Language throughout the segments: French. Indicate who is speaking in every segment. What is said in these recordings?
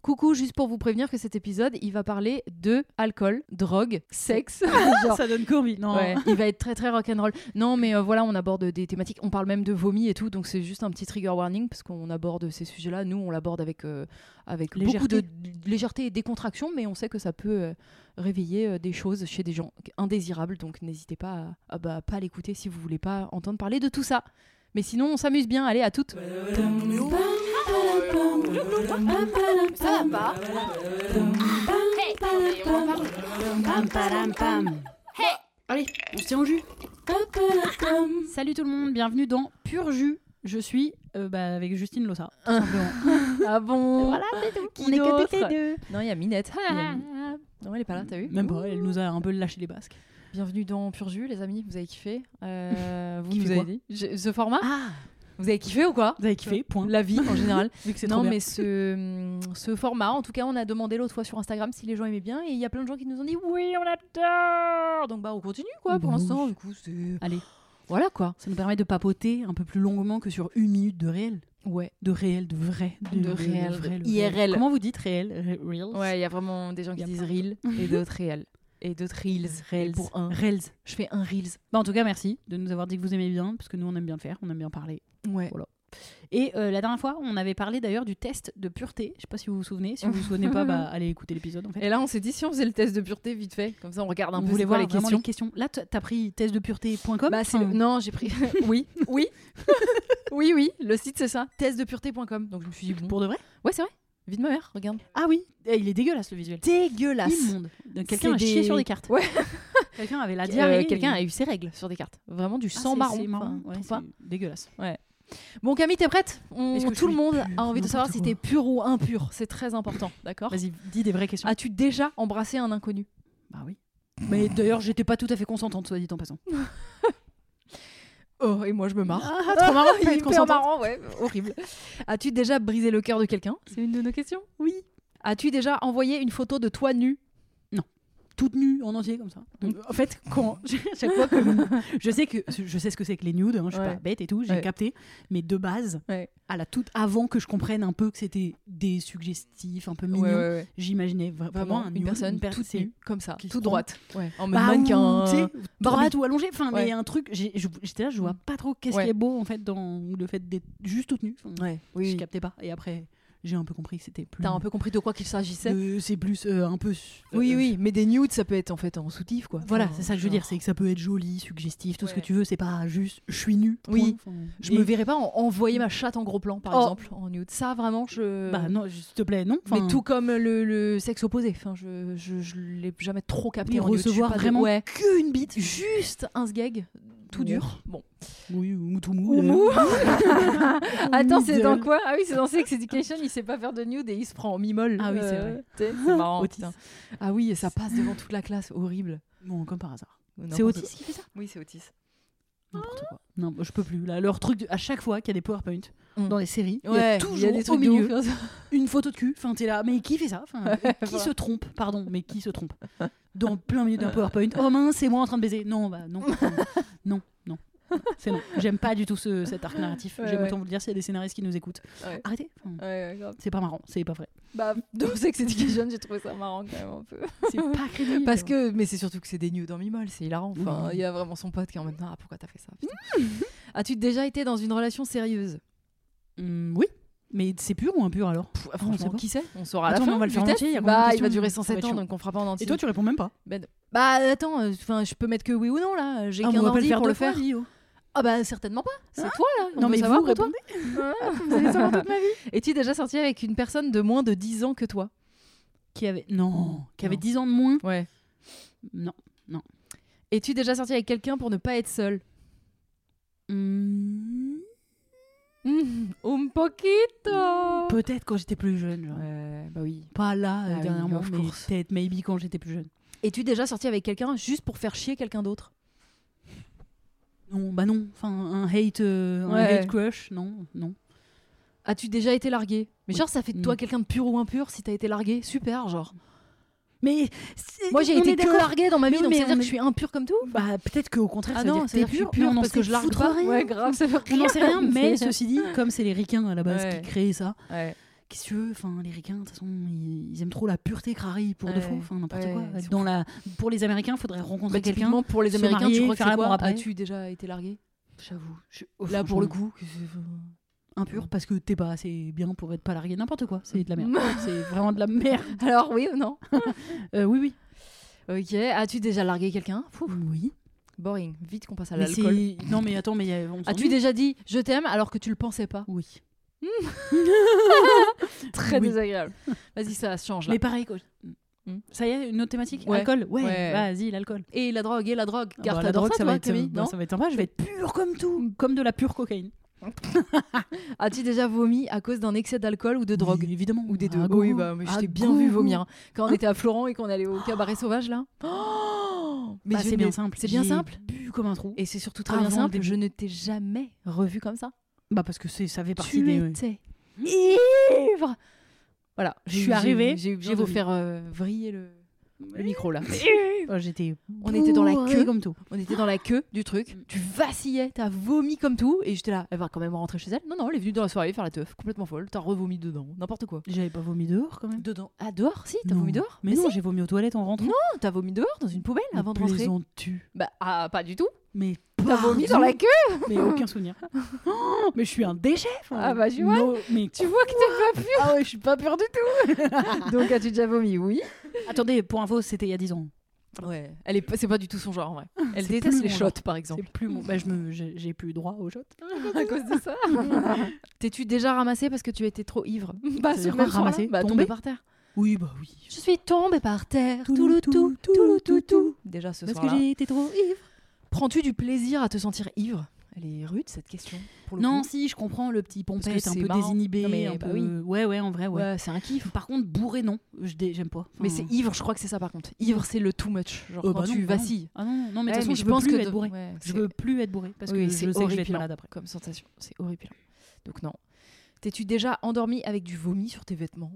Speaker 1: Coucou, juste pour vous prévenir que cet épisode, il va parler de alcool, drogue, sexe. genre.
Speaker 2: Ça donne envie, Ah, non
Speaker 1: Ouais, il va être très très rock'n'roll. Non, mais euh, voilà, on aborde des thématiques, on parle même de vomi et tout, donc c'est juste un petit trigger warning parce qu'on aborde ces sujets-là. Nous, on l'aborde avec, euh, avec beaucoup
Speaker 2: Légèreté.
Speaker 1: de de légèreté et décontraction, mais on sait que ça peut euh, réveiller euh, des choses chez des gens indésirables, donc n'hésitez pas à, à, bah, pas l'écouter si vous voulez pas entendre parler de tout ça. Mais sinon, on s'amuse bien, allez, à toutes.
Speaker 3: Ça va pas
Speaker 2: Allez, on se tient au jus. Salut tout le monde, bienvenue dans Pur Jus. Je suis euh, bah, avec Justine Lossa. tout simplement.
Speaker 1: Ah bon
Speaker 2: c'est tout.
Speaker 1: Qui
Speaker 2: on est que
Speaker 1: d'autre
Speaker 2: toutes les deux.
Speaker 1: Non, il y a Minette. Il y a- ah, Non, elle est pas là, t'as vu
Speaker 2: Même pas, elle nous a un peu lâché les basques.
Speaker 1: Bienvenue dans Pur Jus, les amis. Vous avez kiffé Euh, Vous
Speaker 2: Kiffé
Speaker 1: nous avez
Speaker 2: quoi
Speaker 1: dit J'ai- ce format
Speaker 2: Ah
Speaker 1: Vous avez kiffé ou quoi
Speaker 2: Vous avez kiffé, point.
Speaker 1: La vie en général.
Speaker 2: Vu que c'est
Speaker 1: non,
Speaker 2: trop bien.
Speaker 1: mais ce, mm, ce format, en tout cas, on a demandé l'autre fois sur Instagram si les gens aimaient bien, et il y a plein de gens qui nous ont dit oui, on adore. Donc bah on continue quoi. Pour
Speaker 2: Bon.
Speaker 1: l'instant, du coup, c'est
Speaker 2: Allez,
Speaker 1: voilà quoi.
Speaker 2: ça nous permet de papoter un peu plus longuement que sur une minute de réel.
Speaker 1: Ouais.
Speaker 2: De réel, de vrai.
Speaker 1: De réel,
Speaker 2: vrai,
Speaker 1: de
Speaker 2: le réel.
Speaker 1: IRL.
Speaker 2: Comment vous dites réel Ré- Reels
Speaker 1: Ouais, il y a vraiment des gens
Speaker 2: Y
Speaker 1: qui
Speaker 2: a
Speaker 1: disent
Speaker 2: plein de-
Speaker 1: reels et d'autres réels et d'autres reels.
Speaker 2: Reels.
Speaker 1: Pour un.
Speaker 2: Reels.
Speaker 1: Je fais un reels.
Speaker 2: Bah, en tout cas, merci de nous avoir dit que vous aimez bien, parce que nous, on aime bien le faire, on aime bien parler.
Speaker 1: Ouais.
Speaker 2: Et euh, la dernière fois, on avait parlé d'ailleurs du test de pureté. Je sais pas si vous vous souvenez. Si vous vous souvenez pas, bah, allez écouter l'épisode en fait.
Speaker 1: Et là, on s'est dit si on faisait le test de pureté vite fait, comme ça on regarde un
Speaker 2: vous
Speaker 1: peu
Speaker 2: voulez
Speaker 1: c'est quoi
Speaker 2: voir
Speaker 1: les
Speaker 2: vraiment
Speaker 1: questions.
Speaker 2: Là, t- t'as pris testdepureté.com
Speaker 1: Bah, c'est le-
Speaker 2: enfin,
Speaker 1: Non, j'ai pris. oui, oui, oui, oui. Le site c'est ça, testdepureté.com. Donc je me suis dit bon.
Speaker 2: Pour de vrai
Speaker 1: Ouais, c'est vrai. Vite ma mère, regarde.
Speaker 2: Ah oui Eh, Il est dégueulasse le visuel.
Speaker 1: Dégueulasse.
Speaker 2: Immonde. Quelqu'un a
Speaker 1: Ah, C'est
Speaker 2: chié
Speaker 1: des-
Speaker 2: sur des cartes.
Speaker 1: Ouais.
Speaker 2: Quelqu'un avait la
Speaker 1: Euh,
Speaker 2: diarrhée. Ah,
Speaker 1: Quelqu'un a eu ses règles sur des cartes. Vraiment du sang marron. enfin,
Speaker 2: ouais,
Speaker 1: trop pas.
Speaker 2: c'est dégueulasse.
Speaker 1: Bon Camille, t'es prête On-
Speaker 2: Est-ce que je
Speaker 1: Tout le
Speaker 2: suis
Speaker 1: monde
Speaker 2: pure
Speaker 1: a envie
Speaker 2: N'importe
Speaker 1: de savoir si
Speaker 2: quoi.
Speaker 1: t'es pur ou impur. C'est très important, d'accord
Speaker 2: Vas-y, dis des vraies questions.
Speaker 1: As-tu déjà embrassé un inconnu
Speaker 2: bah oui. Mais d'ailleurs, j'étais pas tout à fait consentante, soit dit en passant.
Speaker 1: Oh, et moi je me marre.
Speaker 2: Ah, trop marrant, pas être
Speaker 1: hyper
Speaker 2: consentante.
Speaker 1: marrant, ouais, horrible. As-tu déjà brisé le cœur de quelqu'un C'est une de nos questions. Oui. As-tu déjà envoyé une photo de toi nue
Speaker 2: toute nue en entier comme ça.
Speaker 1: Mm.
Speaker 2: Donc, en fait, quand à chaque fois que je sais que je sais ce que c'est que les nudes, hein, je suis
Speaker 1: Ouais.
Speaker 2: pas bête et tout, j'ai
Speaker 1: Ouais.
Speaker 2: capté, mais de base,
Speaker 1: Ouais.
Speaker 2: à la toute avant que je comprenne un peu que c'était des suggestifs, un peu mignons, j'imaginais vra-
Speaker 1: Vraiment
Speaker 2: vraiment un
Speaker 1: une,
Speaker 2: nude,
Speaker 1: personne
Speaker 2: per-
Speaker 1: toute
Speaker 2: c'est-
Speaker 1: nue, comme ça,
Speaker 2: qui se
Speaker 1: toute
Speaker 2: prend.
Speaker 1: droite. En mode
Speaker 2: Bah, ou,
Speaker 1: mannequin. euh,
Speaker 2: tu sais, droite
Speaker 1: Barbie.
Speaker 2: ou allongée, enfin, mais
Speaker 1: Ouais. Mm.
Speaker 2: un truc, j'ai- je- j'étais là, je vois pas trop qu'est-ce
Speaker 1: Ouais.
Speaker 2: qui est beau en fait dans le fait d'être juste toute nue. Enfin,
Speaker 1: Ouais,
Speaker 2: Je
Speaker 1: oui.
Speaker 2: captais pas. Et après, j'ai un peu compris que c'était plus.
Speaker 1: T'as un peu compris de quoi qu'il s'agissait
Speaker 2: de- C'est plus euh, un peu.
Speaker 1: Oui,
Speaker 2: euh,
Speaker 1: oui, mais des nudes, ça peut être en fait en soutif, quoi.
Speaker 2: Voilà,
Speaker 1: Enfin,
Speaker 2: c'est ça que je veux
Speaker 1: genre,
Speaker 2: dire, c'est que ça peut être joli, suggestif, tout ce que
Speaker 1: Ouais.
Speaker 2: tu veux, c'est pas juste je suis nu. point.
Speaker 1: Oui.
Speaker 2: Enfin,
Speaker 1: Je
Speaker 2: et-
Speaker 1: me verrais pas en- envoyer ma chatte en gros plan, par
Speaker 2: Oh.
Speaker 1: exemple, en nude. Ça, vraiment, je.
Speaker 2: Bah non, je- s'il te plaît, non.
Speaker 1: euh, mais tout comme le, le sexe opposé. Enfin, je, je, je l'ai jamais trop capté.
Speaker 2: Oui,
Speaker 1: en nude. Je suis
Speaker 2: recevoir
Speaker 1: pas de-
Speaker 2: vraiment
Speaker 1: Ouais.
Speaker 2: qu'une bite.
Speaker 1: Juste un sgeg, tout
Speaker 2: Ouais.
Speaker 1: dur. Bon.
Speaker 2: Oui, ou tout mou.
Speaker 1: Ou
Speaker 2: d'ailleurs.
Speaker 1: mou. euh, Attends,
Speaker 2: Mou,
Speaker 1: c'est dans
Speaker 2: d'ailleurs.
Speaker 1: quoi Ah oui, c'est dans Sex Education, il sait pas faire de nude et il se prend en mimole.
Speaker 2: Ah oui, c'est vrai.
Speaker 1: tu sais, C'est marrant.
Speaker 2: Otis.
Speaker 1: putain. Ah oui, et ça passe devant toute la classe, horrible. Euh,
Speaker 2: Bon, comme par hasard. C'est
Speaker 1: N'importe
Speaker 2: Otis qui fait ça
Speaker 1: quoi. Oui, c'est Otis.
Speaker 2: N'importe quoi. Non, bah, je peux plus. Là, leur truc, de- à chaque fois qu'il y a des PowerPoint
Speaker 1: Mm.
Speaker 2: dans les séries, il y
Speaker 1: Ouais,
Speaker 2: a toujours
Speaker 1: il y a des
Speaker 2: au
Speaker 1: trucs de
Speaker 2: milieu
Speaker 1: ouf.
Speaker 2: une photo de cul. Enfin, t'es là, mais qui fait ça Enfin, Qui
Speaker 1: Voilà.
Speaker 2: se trompe Pardon, mais qui se trompe Dans plein milieu d'un PowerPoint. Oh mince, c'est moi en train de baiser. Non, bah non. Enfin, non, non. C'est non. J'aime pas du tout ce, cet arc narratif.
Speaker 1: Ouais,
Speaker 2: J'aime
Speaker 1: ouais.
Speaker 2: autant vous le dire s'il y a des scénaristes qui nous écoutent.
Speaker 1: Ouais.
Speaker 2: Arrêtez. Enfin,
Speaker 1: Ouais, ouais, grave.
Speaker 2: C'est pas marrant, c'est pas vrai.
Speaker 1: Bah, dans Sex Education, j'ai trouvé ça marrant quand même un peu.
Speaker 2: C'est pas crédible.
Speaker 1: Parce que, mais c'est surtout que c'est des nudes en mimole, c'est hilarant. Enfin,
Speaker 2: Oui.
Speaker 1: il y a vraiment son pote qui est en même temps, ah pourquoi t'as fait ça putain. As-tu déjà été dans une relation sérieuse
Speaker 2: Hmm, oui. Mais c'est pur ou impur alors
Speaker 1: Pff,
Speaker 2: Ah, on sait
Speaker 1: franchement,
Speaker 2: pas.
Speaker 1: qui sait On saura à
Speaker 2: Attends,
Speaker 1: la fin.
Speaker 2: on va le
Speaker 1: du
Speaker 2: faire en
Speaker 1: test.
Speaker 2: entier, il y a combien de
Speaker 1: bah, il
Speaker 2: questions
Speaker 1: va durer
Speaker 2: Ça va
Speaker 1: 107
Speaker 2: être
Speaker 1: ans,
Speaker 2: chiant.
Speaker 1: donc on fera pas en entier.
Speaker 2: Et toi, tu réponds même pas.
Speaker 1: Ben, bah attends, enfin, je peux mettre que oui ou non là. J'ai
Speaker 2: Ah, on
Speaker 1: qu'un
Speaker 2: va pas
Speaker 1: ordi
Speaker 2: le faire
Speaker 1: pour
Speaker 2: deux
Speaker 1: le
Speaker 2: fois,
Speaker 1: faire.
Speaker 2: Rio.
Speaker 1: Ah bah certainement pas. C'est
Speaker 2: Hein
Speaker 1: toi là. On
Speaker 2: Non,
Speaker 1: peut
Speaker 2: mais
Speaker 1: savoir
Speaker 2: vous
Speaker 1: pour toi.
Speaker 2: répondez.
Speaker 1: Vous allez savoir toute ma vie. Es-tu déjà sorti avec une personne de moins de 10 ans que toi
Speaker 2: Qui avait non, qui avait
Speaker 1: Non.
Speaker 2: 10 ans de moins
Speaker 1: Ouais.
Speaker 2: Non.
Speaker 1: Es-tu déjà sorti avec quelqu'un pour ne pas être seul
Speaker 2: Hmm, Mmh.
Speaker 1: Un poquito.
Speaker 2: Peut-être quand j'étais plus jeune. genre.
Speaker 1: Ouais, bah oui.
Speaker 2: Pas là
Speaker 1: Ah
Speaker 2: euh,
Speaker 1: oui,
Speaker 2: dernièrement,
Speaker 1: of
Speaker 2: mais
Speaker 1: course.
Speaker 2: peut-être maybe quand j'étais plus jeune.
Speaker 1: Es-tu déjà sorti avec quelqu'un juste pour faire chier quelqu'un d'autre
Speaker 2: Non, bah non. Enfin, un hate, euh, un
Speaker 1: Ouais.
Speaker 2: hate crush, non, non.
Speaker 1: As-tu déjà été largué Mais
Speaker 2: Oui.
Speaker 1: genre ça fait de
Speaker 2: Mm.
Speaker 1: toi quelqu'un de pur ou impur si t'as été largué Super genre.
Speaker 2: Mais c'est-
Speaker 1: Moi j'ai
Speaker 2: on
Speaker 1: été
Speaker 2: est
Speaker 1: que
Speaker 2: d'accord.
Speaker 1: largué dans ma vie
Speaker 2: Mais oui,
Speaker 1: donc
Speaker 2: mais
Speaker 1: ça veut dire
Speaker 2: on
Speaker 1: que
Speaker 2: est-
Speaker 1: je suis impur comme tout Ah
Speaker 2: Bah peut-être qu'au contraire, ça veut dire que
Speaker 1: c'est-à-dire
Speaker 2: t'es pur,
Speaker 1: pure
Speaker 2: non,
Speaker 1: parce
Speaker 2: parce que je largue pas.
Speaker 1: Ouais grave ça veut
Speaker 2: On n'en sait rien, mais
Speaker 1: C'est-
Speaker 2: ceci dit, comme c'est les ricains à la base
Speaker 1: Ouais.
Speaker 2: qui créent ça,
Speaker 1: Ouais.
Speaker 2: qu'est-ce que tu veux Enfin, les ricains, de toute façon, ils, ils aiment trop la pureté crari pour de faux,
Speaker 1: Ouais.
Speaker 2: enfin n'importe
Speaker 1: Ouais,
Speaker 2: quoi.
Speaker 1: ils sont
Speaker 2: Dans la, pour les Américains, il faudrait rencontrer
Speaker 1: Bah,
Speaker 2: quelqu'un.
Speaker 1: typiquement, pour les
Speaker 2: se
Speaker 1: Américains,
Speaker 2: marier,
Speaker 1: tu crois que
Speaker 2: faire
Speaker 1: c'est
Speaker 2: l'amour
Speaker 1: quoi
Speaker 2: après.
Speaker 1: As-tu déjà été largué
Speaker 2: J'avoue, je-
Speaker 1: Là pour le coup.
Speaker 2: impur parce que t'es pas assez bien pour être pas largué n'importe quoi. C'est de la merde. c'est vraiment de la merde.
Speaker 1: Alors oui ou non
Speaker 2: Euh, oui, oui.
Speaker 1: Ok. As-tu déjà largué quelqu'un Fou.
Speaker 2: Oui.
Speaker 1: Boring. Vite qu'on passe à
Speaker 2: Mais
Speaker 1: l'alcool.
Speaker 2: c'est- non, mais attends, mais y a- on s'en
Speaker 1: As-tu
Speaker 2: fout.
Speaker 1: déjà dit je t'aime alors que tu le pensais pas
Speaker 2: Oui.
Speaker 1: Très
Speaker 2: Oui.
Speaker 1: désagréable. Vas-y, ça change là.
Speaker 2: Mais pareil, quoi.
Speaker 1: Bah. Hmm.
Speaker 2: Ça y est, une autre thématique
Speaker 1: Ouais.
Speaker 2: Alcool Ouais,
Speaker 1: Ouais.
Speaker 2: vas-y, l'alcool.
Speaker 1: Et la drogue, et la drogue.
Speaker 2: Ah
Speaker 1: Car
Speaker 2: bah, la
Speaker 1: t'adores
Speaker 2: drogue,
Speaker 1: ça, euh,
Speaker 2: va
Speaker 1: toi,
Speaker 2: être,
Speaker 1: Camille,
Speaker 2: non,
Speaker 1: non
Speaker 2: ça va être sympa, je vais être pur comme tout, comme de la pure cocaïne.
Speaker 1: As-tu déjà vomi à cause d'un excès d'alcool ou de
Speaker 2: Oui,
Speaker 1: drogue
Speaker 2: évidemment.
Speaker 1: Ou des deux
Speaker 2: Ah,
Speaker 1: Oui,
Speaker 2: go.
Speaker 1: bah, mais je
Speaker 2: Ah,
Speaker 1: t'ai bien
Speaker 2: go,
Speaker 1: vu
Speaker 2: go.
Speaker 1: vomir. hein. Quand on était à Florent et qu'on allait au cabaret sauvage, là. Oh
Speaker 2: Bah,
Speaker 1: je
Speaker 2: c'est
Speaker 1: ne-
Speaker 2: bien simple.
Speaker 1: C'est bien
Speaker 2: J'ai
Speaker 1: simple.
Speaker 2: bu comme un trou.
Speaker 1: Et c'est surtout très
Speaker 2: Avant
Speaker 1: bien
Speaker 2: le
Speaker 1: simple.
Speaker 2: début.
Speaker 1: Je ne t'ai jamais revu comme ça.
Speaker 2: Bah parce que c'est- ça fait partie
Speaker 1: tu
Speaker 2: des. ouais.
Speaker 1: étais ivre. Voilà.
Speaker 2: Je
Speaker 1: Mmh. j'ai-
Speaker 2: suis
Speaker 1: j'ai-
Speaker 2: arrivée,
Speaker 1: J'ai eu
Speaker 2: j'ai
Speaker 1: besoin de vous
Speaker 2: vomi.
Speaker 1: faire euh, vriller le, le micro, là.
Speaker 2: Oh, J'étais.
Speaker 1: On était dans la
Speaker 2: bourrée
Speaker 1: queue.
Speaker 2: comme tout.
Speaker 1: On était dans la queue du truc, tu vacillais, t'as vomi comme tout, et j'étais là, elle va quand même rentrer chez elle. Non, non, elle est venue dans la soirée faire la teuf, complètement folle, t'as revomi dedans, n'importe quoi.
Speaker 2: J'avais pas vomi dehors quand même.
Speaker 1: Dedans Ah, dehors Si, t'as
Speaker 2: Non.
Speaker 1: vomi dehors
Speaker 2: Mais, non,
Speaker 1: si,
Speaker 2: j'ai vomi aux toilettes en rentrant.
Speaker 1: non, t'as vomi dehors dans une poubelle avant de
Speaker 2: Mais
Speaker 1: rentrer.
Speaker 2: plaisantes-tu
Speaker 1: Bah, ah, pas du tout.
Speaker 2: Mais
Speaker 1: T'as vomi
Speaker 2: pardon,
Speaker 1: dans la queue
Speaker 2: Mais aucun souvenir. Oh, mais je suis un déchet. enfin,
Speaker 1: Ah bah, tu vois,
Speaker 2: no- mais
Speaker 1: Tu vois que t'es pas pure Ah ouais, je suis pas pure du tout Donc, as-tu déjà vomi Oui.
Speaker 2: Attendez, pour info, c'était il y a 10 ans.
Speaker 1: Ouais, elle est pas- c'est pas du tout son genre, ouais. Elle
Speaker 2: C'est
Speaker 1: déteste
Speaker 2: plus
Speaker 1: les
Speaker 2: mon
Speaker 1: shots,
Speaker 2: genre.
Speaker 1: par exemple.
Speaker 2: C'est plus mon. Bah, je me- j'ai j'ai plus droit aux shots.
Speaker 1: à cause de ça. T'es-tu déjà ramassé parce que tu étais trop ivre Bah,
Speaker 2: C'est-à-dire
Speaker 1: sur
Speaker 2: quoi,
Speaker 1: le soir-là,
Speaker 2: ramassé
Speaker 1: Bah, tombé
Speaker 2: Tombé
Speaker 1: par terre.
Speaker 2: Oui, bah oui.
Speaker 1: Je suis tombée par terre, tout
Speaker 2: Toulou,
Speaker 1: le tout,
Speaker 2: toulou,
Speaker 1: tout le
Speaker 2: toulou,
Speaker 1: tout, tout.
Speaker 2: toulou.
Speaker 1: Déjà ce
Speaker 2: Parce
Speaker 1: soir
Speaker 2: que j'ai été trop ivre.
Speaker 1: Prends-tu du plaisir à te sentir ivre Elle est rude cette question. Pour le
Speaker 2: Non,
Speaker 1: coup.
Speaker 2: si, je comprends le petit pompette
Speaker 1: c'est
Speaker 2: un peu
Speaker 1: marrant.
Speaker 2: désinhibé.
Speaker 1: Non, mais
Speaker 2: un
Speaker 1: bah
Speaker 2: peu...
Speaker 1: oui.
Speaker 2: Ouais, ouais, en vrai, ouais.
Speaker 1: ouais, c'est un kiff.
Speaker 2: Par contre, bourré, non. Je dé- J'aime pas. Enfin,
Speaker 1: Mais c'est ivre, je crois que c'est ça par contre. Ivre, c'est le too much. Genre
Speaker 2: Euh,
Speaker 1: quand
Speaker 2: bah non,
Speaker 1: tu
Speaker 2: bah non.
Speaker 1: vacilles.
Speaker 2: Ah non, non, mais de
Speaker 1: Ouais,
Speaker 2: toute façon, je,
Speaker 1: je
Speaker 2: veux
Speaker 1: pense
Speaker 2: plus
Speaker 1: que
Speaker 2: être
Speaker 1: de-
Speaker 2: bourré.
Speaker 1: ouais,
Speaker 2: Je
Speaker 1: c'est-
Speaker 2: veux plus être bourré parce que
Speaker 1: Oui, c'est
Speaker 2: je sais que je vais être
Speaker 1: horripilant
Speaker 2: malade après.
Speaker 1: Comme sensation, c'est horripilant. Donc non. T'es-tu déjà endormi avec du vomi sur tes vêtements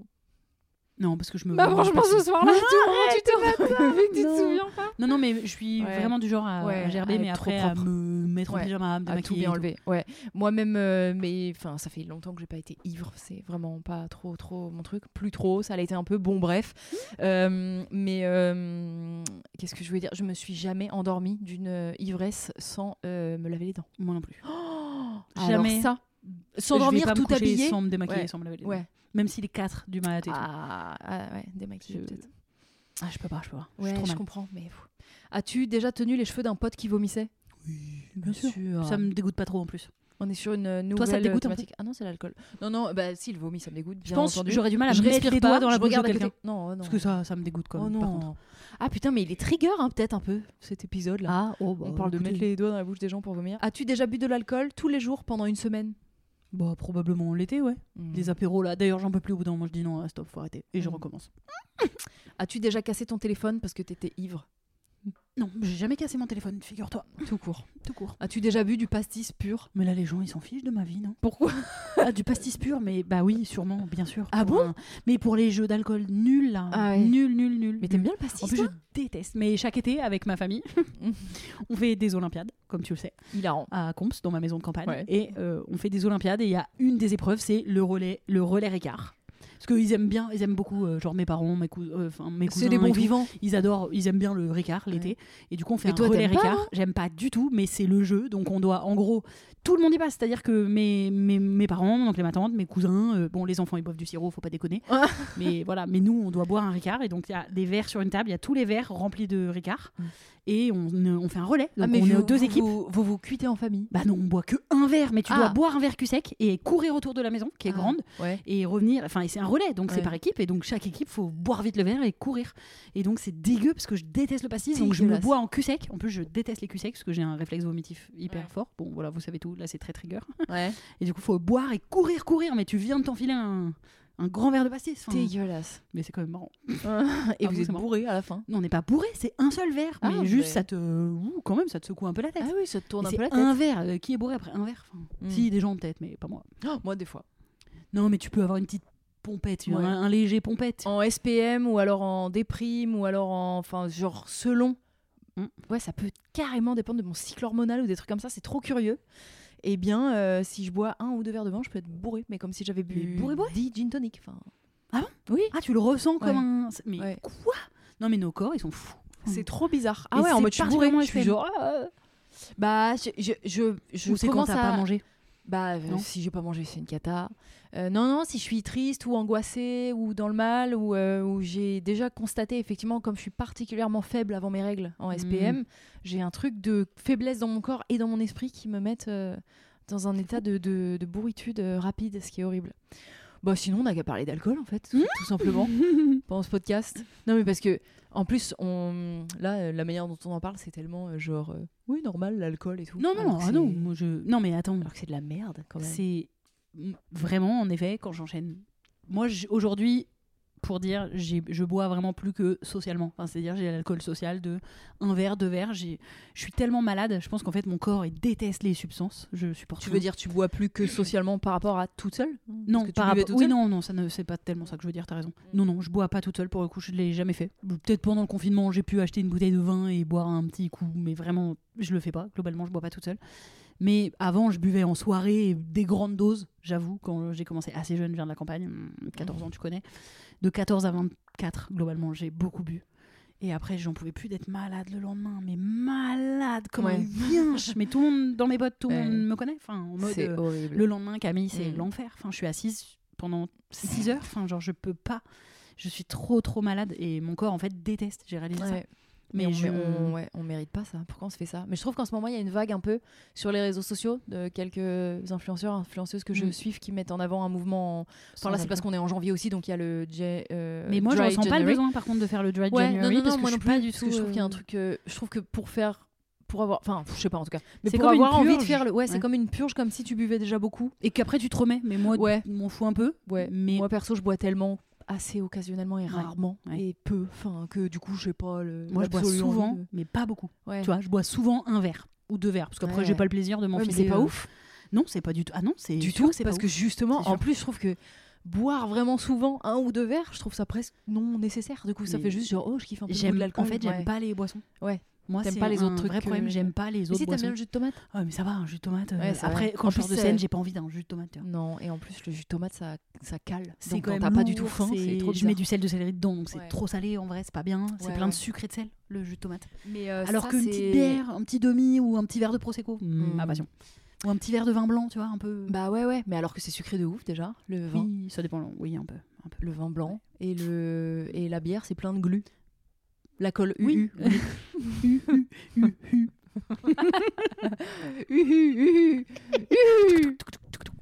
Speaker 2: Non, parce que je me.
Speaker 1: Bah
Speaker 2: je
Speaker 1: franchement
Speaker 2: passe-
Speaker 1: ce soir-là, tu tu t'es vu que tu te
Speaker 2: Non.
Speaker 1: souviens pas.
Speaker 2: Non, non, mais je suis
Speaker 1: Ouais.
Speaker 2: vraiment du genre à, à
Speaker 1: Ouais,
Speaker 2: gerber,
Speaker 1: à
Speaker 2: mais
Speaker 1: être trop
Speaker 2: après à
Speaker 1: propre.
Speaker 2: me mettre
Speaker 1: Ouais.
Speaker 2: en pyjama, à me
Speaker 1: à tout
Speaker 2: démaquiller. et
Speaker 1: bien
Speaker 2: tout.
Speaker 1: enlevé. Ouais. Moi-même, euh, mais enfin, ça fait longtemps que j'ai pas été ivre. C'est vraiment pas trop, trop mon truc. Plus trop. Ça l'a été un peu. Bon, bref. Euh, mais euh, qu'est-ce que je voulais dire Je me suis jamais endormie d'une euh, ivresse sans euh, me laver les dents.
Speaker 2: Moi non plus.
Speaker 1: Alors
Speaker 2: Jamais.
Speaker 1: ça.
Speaker 2: Je vais
Speaker 1: S'endormir
Speaker 2: pas me
Speaker 1: tout
Speaker 2: coucher
Speaker 1: habillé.
Speaker 2: Sans me démaquiller,
Speaker 1: Ouais.
Speaker 2: sans me laver les dents.
Speaker 1: Ouais.
Speaker 2: Même s'il est 4 du mat et tout.
Speaker 1: Ah, ah, ouais, démaquiller
Speaker 2: Je-
Speaker 1: peut-être.
Speaker 2: Ah, je peux pas, je peux pas.
Speaker 1: Ouais,
Speaker 2: je suis trop
Speaker 1: je
Speaker 2: mal.
Speaker 1: comprends. Mais pff. as-tu déjà tenu les cheveux d'un pote qui vomissait
Speaker 2: Oui, bien sûr. Ça me dégoûte pas trop en plus.
Speaker 1: On est sur une euh, nouvelle
Speaker 2: Toi, ça te dégoûte un peu
Speaker 1: thématique. Ah non, c'est l'alcool. Non, non. Bah, si le vomi, ça me dégoûte.
Speaker 2: Je
Speaker 1: Bien
Speaker 2: pense
Speaker 1: entendu.
Speaker 2: j'aurais du mal à
Speaker 1: je
Speaker 2: me mettre
Speaker 1: respire
Speaker 2: les
Speaker 1: pas,
Speaker 2: doigts dans la
Speaker 1: je
Speaker 2: bouche de
Speaker 1: regarde à
Speaker 2: quelqu'un.
Speaker 1: côté. Non, non.
Speaker 2: Parce que ça, ça me dégoûte quand
Speaker 1: Oh
Speaker 2: même. par contre.
Speaker 1: non. Ah putain, mais il est trigger hein, peut-être un peu cet épisode là.
Speaker 2: Ah, oh, bah,
Speaker 1: On parle de
Speaker 2: écoutez,
Speaker 1: mettre les doigts dans la bouche des gens pour vomir. As-tu déjà bu de l'alcool tous les jours pendant une semaine
Speaker 2: Bah, probablement l'été, ouais.
Speaker 1: Hmm.
Speaker 2: Des apéros là. D'ailleurs, j'en peux plus au bout d'un moment. Je dis non, ah, stop, faut arrêter. Et je
Speaker 1: Mm.
Speaker 2: recommence.
Speaker 1: As-tu déjà cassé ton téléphone parce que t'étais ivre
Speaker 2: Non, j'ai jamais cassé mon téléphone, figure-toi.
Speaker 1: Tout court.
Speaker 2: Tout court.
Speaker 1: As-tu déjà bu du pastis pur
Speaker 2: Mais là, les gens, ils s'en fichent de ma vie, non
Speaker 1: Pourquoi
Speaker 2: Ah, du pastis pur, mais bah oui, sûrement, bien sûr.
Speaker 1: Ah
Speaker 2: Pour
Speaker 1: bon
Speaker 2: un- Mais pour les jeux d'alcool, nul là.
Speaker 1: Ah ouais.
Speaker 2: Nul, nul, nul.
Speaker 1: Mais t'aimes bien le pastis
Speaker 2: En plus,
Speaker 1: toi
Speaker 2: je déteste. Mais chaque été, avec ma famille, on fait des Olympiades, comme tu le sais,
Speaker 1: Hilarant.
Speaker 2: à Comps, dans ma maison de campagne.
Speaker 1: Ouais.
Speaker 2: Et euh, on fait des Olympiades. Et il y a une des épreuves, c'est le relais, le relais Ricard. Parce qu'ils aiment bien, ils aiment beaucoup, euh, genre mes parents, mes, cou- euh, enfin, mes cousins.
Speaker 1: C'est des
Speaker 2: et
Speaker 1: bons
Speaker 2: tout.
Speaker 1: vivants.
Speaker 2: Ils adorent, ils aiment bien le Ricard l'été. Et du coup, on fait
Speaker 1: Mais
Speaker 2: un
Speaker 1: toi,
Speaker 2: relais
Speaker 1: t'aimes pas,
Speaker 2: Ricard.
Speaker 1: hein
Speaker 2: J'aime pas du tout, mais c'est le jeu. Donc, on doit, en gros, tout le monde y passe. C'est-à-dire que mes, mes, mes parents, donc les ma tante, mes cousins, euh, bon, les enfants, ils boivent du sirop, faut pas déconner. mais voilà, mais nous, on doit boire un Ricard. Et donc, il y a des verres sur une table, il y a tous les verres remplis de Ricard. Et on, on fait un relais. Donc,
Speaker 1: Mm. Ah, mais
Speaker 2: on est
Speaker 1: vous-
Speaker 2: aux deux
Speaker 1: vous-
Speaker 2: équipes.
Speaker 1: Vous, vous vous cuitez en famille.
Speaker 2: Bah non, on boit que un verre, mais tu dois
Speaker 1: Ah.
Speaker 2: boire un verre cul sec et courir autour de la maison, qui est grande
Speaker 1: Ouais.
Speaker 2: et revenir. Enfin, et c'est un relais, donc c'est
Speaker 1: Ouais.
Speaker 2: par équipe, et donc chaque équipe faut boire vite le verre et courir. Et donc c'est dégueu parce que je déteste le pastis, donc je me le
Speaker 1: Dégueulasse.
Speaker 2: bois en cul sec. En plus, je déteste les cul secs parce que j'ai un réflexe vomitif hyper
Speaker 1: Ouais.
Speaker 2: fort. Bon, voilà, vous savez tout. Là, c'est très trigger.
Speaker 1: Ouais.
Speaker 2: Et du coup, faut boire et courir, courir. Mais tu viens de t'enfiler un, un grand verre de pastis. Enfin,
Speaker 1: Dégueulasse.
Speaker 2: mais c'est quand même marrant.
Speaker 1: Et
Speaker 2: Ah, vous,
Speaker 1: vous êtes
Speaker 2: c'est marrant.
Speaker 1: bourré à la fin.
Speaker 2: Non, on n'est pas bourré, c'est un seul verre,
Speaker 1: Ah,
Speaker 2: mais juste
Speaker 1: mais-
Speaker 2: ça te, ouh, quand même, ça te secoue un peu la tête.
Speaker 1: Ah oui, ça te tourne
Speaker 2: Mais
Speaker 1: un
Speaker 2: c'est
Speaker 1: peu la tête.
Speaker 2: un verre. Euh, Qui est bourré après un verre Enfin,
Speaker 1: Mm.
Speaker 2: Si, des gens peut-être, mais pas moi.
Speaker 1: Oh, moi, des fois.
Speaker 2: Non, mais tu peux avoir une petite pompette,
Speaker 1: Ouais.
Speaker 2: un, un léger pompette.
Speaker 1: En SPM ou alors en déprime ou alors en. Enfin, genre selon.
Speaker 2: Mm.
Speaker 1: Ouais, ça peut carrément dépendre de mon cycle hormonal ou des trucs comme ça. C'est trop curieux. Eh bien, euh, si je bois un ou deux verres de vin, je peux être bourré. Mais comme si j'avais bu
Speaker 2: bourré, bourré
Speaker 1: 10 gin tonic. Enfin...
Speaker 2: Ah
Speaker 1: Oui.
Speaker 2: Ah, tu le ressens comme
Speaker 1: Ouais.
Speaker 2: un. c'est- Mais
Speaker 1: Ouais.
Speaker 2: quoi Non, mais nos corps, ils sont fous.
Speaker 1: C'est trop bizarre.
Speaker 2: Et
Speaker 1: Ah ouais, en
Speaker 2: c'est
Speaker 1: mode je suis bourré.
Speaker 2: particulièrement
Speaker 1: Je suis
Speaker 2: SPM.
Speaker 1: genre. ah, ah. Bah, je, je, je, je
Speaker 2: Ou c'est quand
Speaker 1: commence
Speaker 2: t'as
Speaker 1: à-
Speaker 2: pas mangé.
Speaker 1: Bah, euh,
Speaker 2: Non
Speaker 1: si j'ai pas mangé, c'est une cata. Euh, non, non, si je suis triste ou angoissée ou dans le mal ou, euh, ou j'ai déjà constaté, effectivement, comme je suis particulièrement faible avant mes règles en
Speaker 2: Hmm.
Speaker 1: SPM, j'ai un truc de faiblesse dans mon corps et dans mon esprit qui me mettent euh, dans un état de, de, de bourritude euh, rapide, ce qui est horrible. Bah, sinon, on n'a qu'à parler d'alcool, en fait,
Speaker 2: Hmm
Speaker 1: tout, tout simplement, pendant ce podcast. Non, mais parce que, en plus, on... là, euh, la manière dont on en parle, c'est tellement euh, genre, euh, oui, normal, l'alcool et tout.
Speaker 2: Non, non,
Speaker 1: Alors
Speaker 2: non,
Speaker 1: que
Speaker 2: ah non,
Speaker 1: c'est-
Speaker 2: moi, je... non, mais attends,
Speaker 1: Alors que c'est de la merde, quand même.
Speaker 2: c'est m- vraiment, en effet, quand j'enchaîne. Moi, j'- aujourd'hui, pour dire, j'ai- je bois vraiment plus que socialement. Enfin, C'est-à-dire, j'ai l'alcool social de un verre, deux verres. j'ai- Je suis tellement malade, je pense qu'en fait, mon corps il déteste les substances. Je supporte
Speaker 1: Tu
Speaker 2: rien.
Speaker 1: veux dire tu bois plus que socialement par rapport à toute seule
Speaker 2: Non,
Speaker 1: que tu
Speaker 2: par
Speaker 1: buvais Mm.
Speaker 2: rapport-
Speaker 1: toute
Speaker 2: Oui,
Speaker 1: seule
Speaker 2: non, non, ça ne, c'est pas tellement ça que je veux dire. T'as raison. Non, non, je bois pas toute seule pour le coup. Je l'ai jamais fait. Peut-être pendant le confinement, j'ai pu acheter une bouteille de vin et boire un petit coup, mais vraiment, je le fais pas. Globalement, je bois pas toute seule. Mais avant, je buvais en soirée des grandes doses. J'avoue, quand j'ai commencé assez jeune, je viens de la campagne, hum, 14 ans, tu connais. De 14 à 24, globalement, j'ai beaucoup bu. Et après, j'en pouvais plus d'être malade le lendemain, mais malade comme
Speaker 1: Ouais.
Speaker 2: un vierge. Mais tout le monde dans mes bottes, tout le
Speaker 1: Ouais.
Speaker 2: monde me connaît. Enfin, en mode. euh,
Speaker 1: horrible.
Speaker 2: le lendemain, Camille, c'est
Speaker 1: Mm.
Speaker 2: l'enfer. Enfin, je suis assise pendant 6 heures. Enfin, genre, je peux pas. Je suis trop, trop malade et mon corps, en fait, déteste. J'ai réalisé ça.
Speaker 1: Ouais.
Speaker 2: Mais,
Speaker 1: Mais, on,
Speaker 2: je...
Speaker 1: on- ouais, on mérite pas ça. Pourquoi on se fait ça Mais je trouve qu'en ce moment, il y a une vague un peu sur les réseaux sociaux de quelques influenceurs, influenceuses que je
Speaker 2: Mm.
Speaker 1: suis qui mettent en avant un mouvement. en- Enfin là, c'est parce qu'on est en janvier aussi, donc il y a le. J- euh,
Speaker 2: Mais moi, je
Speaker 1: Dry
Speaker 2: ressens pas le
Speaker 1: January.
Speaker 2: besoin, par contre, de faire le dry
Speaker 1: Ouais,
Speaker 2: January
Speaker 1: non, non,
Speaker 2: parce
Speaker 1: non,
Speaker 2: que
Speaker 1: moi
Speaker 2: je
Speaker 1: non
Speaker 2: suis pas
Speaker 1: plus,
Speaker 2: du
Speaker 1: parce
Speaker 2: tout.
Speaker 1: que je trouve qu'il y a un
Speaker 2: euh,
Speaker 1: truc. euh, je trouve que pour faire. Pour avoir. Enfin, je sais pas en tout cas. Mais
Speaker 2: C'est
Speaker 1: pour
Speaker 2: comme une
Speaker 1: avoir envie de
Speaker 2: purge.
Speaker 1: faire. le- Ouais, c'est
Speaker 2: Ouais.
Speaker 1: comme une purge, comme si tu buvais déjà beaucoup.
Speaker 2: Et qu'après, tu te remets. Mais moi,
Speaker 1: Ouais.
Speaker 2: je m'en fous un peu.
Speaker 1: Ouais.
Speaker 2: Mais
Speaker 1: Moi perso, je bois tellement assez occasionnellement et rarement
Speaker 2: ouais.
Speaker 1: et peu, enfin que du coup, je sais pas le.
Speaker 2: moi, je bois
Speaker 1: l'absolu envie
Speaker 2: souvent,
Speaker 1: de-
Speaker 2: mais pas beaucoup.
Speaker 1: Ouais.
Speaker 2: Tu vois, je bois souvent un verre ou deux verres parce qu'après,
Speaker 1: Ouais,
Speaker 2: j'ai
Speaker 1: ouais.
Speaker 2: pas le plaisir de
Speaker 1: Ouais,
Speaker 2: m'enfiler.
Speaker 1: mais c'est pas
Speaker 2: euh,
Speaker 1: ouf
Speaker 2: Non, c'est pas du tout. Ah non, c'est
Speaker 1: du
Speaker 2: sûr
Speaker 1: tout,
Speaker 2: que c'est
Speaker 1: parce
Speaker 2: pas
Speaker 1: que
Speaker 2: ouf.
Speaker 1: justement,
Speaker 2: C'est
Speaker 1: en
Speaker 2: sûr.
Speaker 1: plus, je trouve que boire vraiment souvent un ou deux verres, je trouve ça presque non nécessaire. Du coup, ça
Speaker 2: Mais-
Speaker 1: fait juste genre oh, je kiffe un peu le goût de
Speaker 2: J'aime-
Speaker 1: l'alcool.
Speaker 2: En fait, j'aime
Speaker 1: Ouais.
Speaker 2: pas les boissons.
Speaker 1: Ouais.
Speaker 2: Moi,
Speaker 1: T'aimes
Speaker 2: c'est
Speaker 1: pas les
Speaker 2: un
Speaker 1: autres trucs
Speaker 2: vrai
Speaker 1: que-
Speaker 2: problème. J'aime pas les
Speaker 1: Mais
Speaker 2: autres
Speaker 1: si t'aimes
Speaker 2: boissons.
Speaker 1: bien le jus de tomate
Speaker 2: Ah mais ça va, un jus de tomate. euh,
Speaker 1: Ouais, c'est
Speaker 2: après,
Speaker 1: vrai.
Speaker 2: quand
Speaker 1: En
Speaker 2: je sors
Speaker 1: plus,
Speaker 2: de scène,
Speaker 1: euh,
Speaker 2: j'ai pas envie d'un jus de tomate. tu vois.
Speaker 1: Non, et en plus le jus de tomate ça ça cale.
Speaker 2: C'est
Speaker 1: Donc
Speaker 2: quand
Speaker 1: quand
Speaker 2: même
Speaker 1: t'as pas du tout
Speaker 2: lourd,
Speaker 1: faim, c'est trop
Speaker 2: Je mets
Speaker 1: bizarre.
Speaker 2: du sel de céleri dedans, donc c'est
Speaker 1: Ouais.
Speaker 2: trop salé en vrai, c'est pas bien. C'est
Speaker 1: Ouais,
Speaker 2: plein de
Speaker 1: ouais. Bah,
Speaker 2: sucre et de sel, le jus de tomate.
Speaker 1: Mais
Speaker 2: Alors qu'une petite bière, un petit demi ou un petit verre de prosecco,
Speaker 1: Mm.
Speaker 2: ma passion. Ou un petit verre de vin blanc, tu vois, un peu.
Speaker 1: Bah ouais ouais, mais alors que c'est sucré de ouf déjà, le vin,
Speaker 2: oui, ça dépend. Oui, un peu, un peu.
Speaker 1: le vin blanc et le et la bière, c'est plein de glu. La colle
Speaker 2: Oui.
Speaker 1: UU.
Speaker 2: Hu, hu, hu, hu.
Speaker 1: Uhu, uhu, uhu.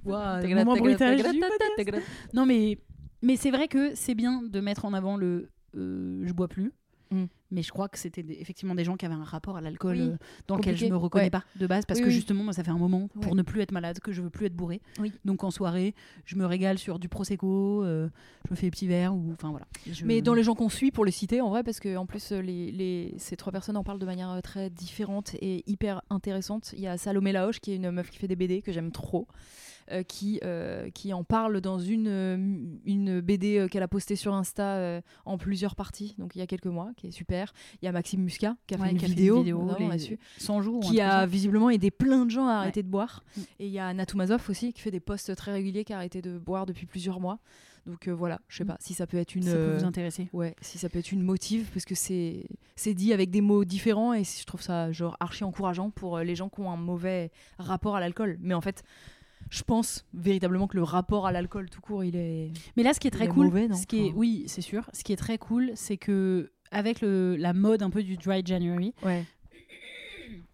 Speaker 2: Ouah,
Speaker 1: Tagada,
Speaker 2: moment
Speaker 1: tagada,
Speaker 2: bruitage
Speaker 1: tagada,
Speaker 2: du
Speaker 1: tagada,
Speaker 2: podcast.
Speaker 1: tagada.
Speaker 2: Non, mais, mais c'est vrai que c'est bien de mettre en avant le euh, je bois plus.
Speaker 1: Mm.
Speaker 2: Mais je crois que c'était des- effectivement des gens qui avaient un rapport à l'alcool
Speaker 1: Oui.
Speaker 2: euh, dans lequel je
Speaker 1: Compliqué.
Speaker 2: me reconnais
Speaker 1: Ouais.
Speaker 2: pas de base parce
Speaker 1: Oui,
Speaker 2: que
Speaker 1: oui.
Speaker 2: justement moi ça fait un moment pour
Speaker 1: Ouais.
Speaker 2: ne plus être malade que je veux plus être bourré.
Speaker 1: Oui.
Speaker 2: Donc en soirée, je me régale sur du prosecco, euh, je me fais des petits verres ou enfin voilà. Je-
Speaker 1: Mais dans les gens qu'on suit, pour les citer, en vrai, parce que en plus euh, les, les- ces trois personnes en parlent de manière euh, très différente et hyper intéressante. Il y a Salomé Laoche, qui est une meuf qui fait des BD que j'aime trop, euh, qui euh, qui en parle dans une euh, une BD euh, qu'elle a postée sur Insta euh, en plusieurs parties, donc il y a quelques mois, qui est super. Il y a Maxime Muscat qui a fait
Speaker 2: Ouais,
Speaker 1: une
Speaker 2: qui a fait
Speaker 1: vidéo,
Speaker 2: vidéo,
Speaker 1: notamment
Speaker 2: les
Speaker 1: là-dessus.
Speaker 2: 100 jours ou un
Speaker 1: qui
Speaker 2: truc comme
Speaker 1: a
Speaker 2: ça.
Speaker 1: visiblement aidé plein de gens à arrêter de boire.
Speaker 2: Mm.
Speaker 1: Et il y a Natou Mazoff aussi qui fait des posts très réguliers, qui a arrêté de boire depuis plusieurs mois. Donc euh, voilà, je sais pas si ça peut être une.
Speaker 2: Mm. Ça peut
Speaker 1: euh,
Speaker 2: vous intéresser.
Speaker 1: Ouais, si ça peut être une motive, parce que c'est c'est dit avec des mots différents et je trouve ça genre archi encourageant pour euh, les gens qui ont un mauvais rapport à l'alcool. Mais en fait, je pense véritablement que le rapport à l'alcool tout court, il est.
Speaker 2: Mais là, ce qui est très
Speaker 1: Il est
Speaker 2: cool,
Speaker 1: mauvais, non
Speaker 2: ce qui est,
Speaker 1: Enfin.
Speaker 2: oui, c'est sûr. Ce qui est très cool, c'est que avec le, la mode un peu du dry January,
Speaker 1: Ouais.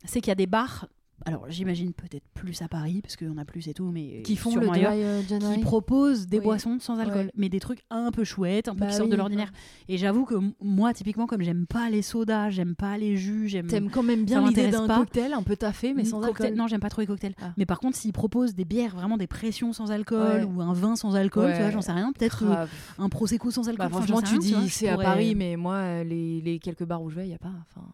Speaker 2: c'est qu'il y a des bars. Alors, j'imagine peut-être plus à Paris, parce qu'on a plus et tout, mais
Speaker 1: Qui font le
Speaker 2: sûrement
Speaker 1: dry
Speaker 2: ailleurs,
Speaker 1: euh, January.
Speaker 2: qui proposent des
Speaker 1: Oui.
Speaker 2: boissons sans alcool,
Speaker 1: Ouais.
Speaker 2: mais des trucs un peu chouettes, un peu
Speaker 1: Bah
Speaker 2: qui sortent de
Speaker 1: oui.
Speaker 2: l'ordinaire. Et j'avoue que m- moi, typiquement, comme j'aime pas les sodas, j'aime pas les jus, j'aime
Speaker 1: T'aimes quand même bien
Speaker 2: Ça
Speaker 1: l'idée
Speaker 2: m'intéresse
Speaker 1: d'un
Speaker 2: pas.
Speaker 1: cocktail un peu taffé, mais sans
Speaker 2: Cocktail-
Speaker 1: alcool.
Speaker 2: Non, j'aime pas trop les cocktails.
Speaker 1: Ah.
Speaker 2: Mais par contre, s'ils proposent des bières, vraiment des pressions sans alcool
Speaker 1: Ouais.
Speaker 2: ou un vin sans alcool, tu vois,
Speaker 1: Ouais.
Speaker 2: j'en sais rien. Peut-être euh,
Speaker 1: Grave.
Speaker 2: un prosecco sans alcool.
Speaker 1: Bah,
Speaker 2: enfin,
Speaker 1: franchement,
Speaker 2: j'en sais rien,
Speaker 1: tu dis
Speaker 2: vois, je
Speaker 1: c'est à
Speaker 2: pourrais-
Speaker 1: Paris, mais moi, euh, les, les quelques bars où je vais, il n'y a pas. Enfin,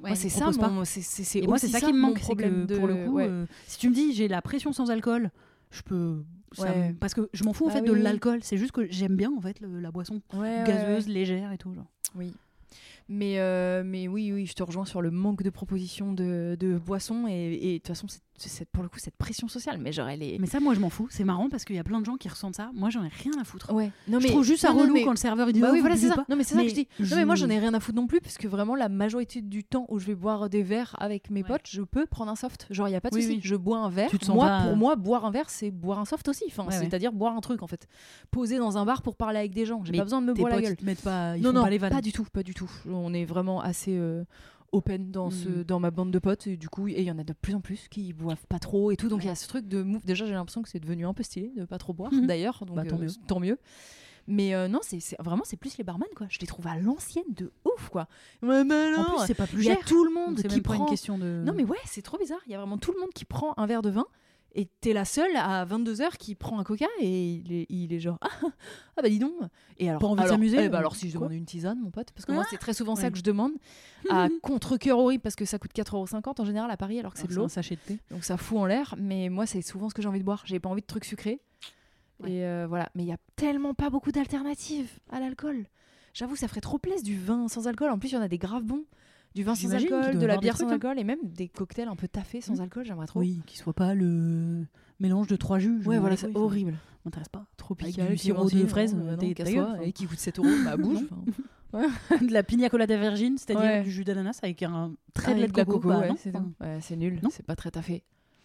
Speaker 2: Ouais,
Speaker 1: moi,
Speaker 2: ils
Speaker 1: c'est ça,
Speaker 2: proposent pas.
Speaker 1: mon, c'est, c'est, c'est
Speaker 2: Et moi, c'est
Speaker 1: aussi
Speaker 2: ça qui me
Speaker 1: mon
Speaker 2: manque, c'est que
Speaker 1: problème de...
Speaker 2: pour le coup,
Speaker 1: ouais.
Speaker 2: euh, si tu me dis j'ai la pression sans alcool, je peux. ça
Speaker 1: Ouais.
Speaker 2: me- Parce que je m'en fous en
Speaker 1: Bah
Speaker 2: fait
Speaker 1: oui,
Speaker 2: de
Speaker 1: oui.
Speaker 2: l'alcool, c'est juste que j'aime bien en fait le- la boisson
Speaker 1: Ouais, ouais, ouais.
Speaker 2: euh, gazeuse, légère et tout. Genre.
Speaker 1: Oui. Mais, euh, mais oui, oui, je te rejoins sur le manque de propositions de, de boissons et et de toute façon, c'est, c'est- c'est- pour le coup, cette pression sociale. Mais genre, elle est.
Speaker 2: Mais ça, moi je m'en fous, c'est marrant parce qu'il y a plein de gens qui ressentent ça. Moi j'en ai rien à foutre.
Speaker 1: Ouais. Non,
Speaker 2: je
Speaker 1: mais-
Speaker 2: trouve juste ça
Speaker 1: non, non,
Speaker 2: relou
Speaker 1: mais-
Speaker 2: quand le serveur il dit
Speaker 1: Bah
Speaker 2: oh,
Speaker 1: oui,
Speaker 2: vous
Speaker 1: voilà,
Speaker 2: buvez
Speaker 1: c'est ça.
Speaker 2: pas.
Speaker 1: Non, mais c'est ça que je
Speaker 2: Mais
Speaker 1: dis. Non, mais moi,
Speaker 2: je-
Speaker 1: j'en ai rien à foutre non plus, parce que vraiment, la majorité du temps où je vais boire des verres avec mes
Speaker 2: Ouais.
Speaker 1: potes, je peux prendre un soft. Genre, il n'y a pas de
Speaker 2: Oui,
Speaker 1: souci.
Speaker 2: oui.
Speaker 1: Je bois un verre.
Speaker 2: Tu te sens
Speaker 1: moi,
Speaker 2: pas, euh,
Speaker 1: pour moi, boire un verre, c'est boire un soft aussi. Enfin,
Speaker 2: Ouais, ouais.
Speaker 1: c'est-à-dire boire un truc, en fait. Poser dans un bar pour parler avec des gens. J'ai
Speaker 2: Mais
Speaker 1: pas besoin de me
Speaker 2: Tes
Speaker 1: boire la
Speaker 2: potes,
Speaker 1: gueule.
Speaker 2: ils te mettent pas, ils
Speaker 1: non,
Speaker 2: font
Speaker 1: non,
Speaker 2: pas les vannes.
Speaker 1: du tout, pas du tout. On est vraiment assez euh, open dans, ce,
Speaker 2: Mm.
Speaker 1: dans ma bande de potes, et du coup, et il y en a de plus en plus qui boivent pas trop et tout. Donc il y a ce truc de move. Déjà, j'ai l'impression que c'est devenu un peu stylé de pas trop boire,
Speaker 2: Mhm.
Speaker 1: d'ailleurs. Donc
Speaker 2: Bah, tant
Speaker 1: euh,
Speaker 2: mieux.
Speaker 1: tant mieux. Mais euh, non, c'est c'est- vraiment, c'est plus les barman, quoi. Je les trouve à l'ancienne de ouf, quoi. Ouais, mais
Speaker 2: En
Speaker 1: alors,
Speaker 2: plus, c'est pas plus
Speaker 1: il y a
Speaker 2: cher.
Speaker 1: tout le monde
Speaker 2: Donc, C'est
Speaker 1: qui
Speaker 2: même pas
Speaker 1: prend.
Speaker 2: une question de.
Speaker 1: Non, mais ouais, c'est trop bizarre. Il y a vraiment tout le monde qui prend un verre de vin. Et t'es la seule à 22h qui prend un coca et il est, il est genre ah, ah bah dis donc et alors
Speaker 2: Pas envie de
Speaker 1: alors-
Speaker 2: s'amuser,
Speaker 1: eh bah
Speaker 2: euh,
Speaker 1: alors si je Ah.
Speaker 2: quoi
Speaker 1: demande une tisane mon pote parce que moi c'est très souvent ça
Speaker 2: Ouais.
Speaker 1: que je demande à contre cœur horrible parce que ça coûte 4,50€ en général à Paris alors que c'est
Speaker 2: Alors,
Speaker 1: de
Speaker 2: c'est un Ah, sachet
Speaker 1: l'eau
Speaker 2: de thé.
Speaker 1: donc ça fout en l'air mais moi c'est souvent ce que j'ai envie de boire j'ai pas envie de trucs sucrés
Speaker 2: Ouais.
Speaker 1: et euh, voilà mais il y a tellement pas beaucoup d'alternatives à l'alcool j'avoue ça ferait trop plaisir du vin sans alcool en plus il y en a des graves bons du vin sans
Speaker 2: J'imagine qu'il
Speaker 1: alcool
Speaker 2: doit
Speaker 1: de
Speaker 2: y
Speaker 1: la
Speaker 2: avoir des
Speaker 1: bière sans
Speaker 2: trucs, hein.
Speaker 1: alcool et même des cocktails un peu taffés sans
Speaker 2: Mm.
Speaker 1: alcool j'aimerais trop
Speaker 2: Oui, qui soit pas le mélange de trois jus. je
Speaker 1: ouais
Speaker 2: m'en
Speaker 1: voilà
Speaker 2: bats les
Speaker 1: c'est
Speaker 2: couilles, enfin,
Speaker 1: horrible
Speaker 2: ça M'intéresse pas.
Speaker 1: tropical
Speaker 2: Avec du sirop de
Speaker 1: clémentine,
Speaker 2: fraise,
Speaker 1: non, bah non,
Speaker 2: t'es- ta
Speaker 1: casse-toi,
Speaker 2: gueule, hein. enfin.
Speaker 1: et qui coûte 7 euros bah bouge enfin.
Speaker 2: de la pina colada virgin, c'est-à-dire
Speaker 1: Ouais.
Speaker 2: du jus d'ananas avec un
Speaker 1: très
Speaker 2: trait de lait de coco. bah
Speaker 1: ouais,
Speaker 2: non,
Speaker 1: c'est
Speaker 2: enfin,
Speaker 1: nul. Ouais, c'est nul,
Speaker 2: Non.
Speaker 1: c'est pas très taffé.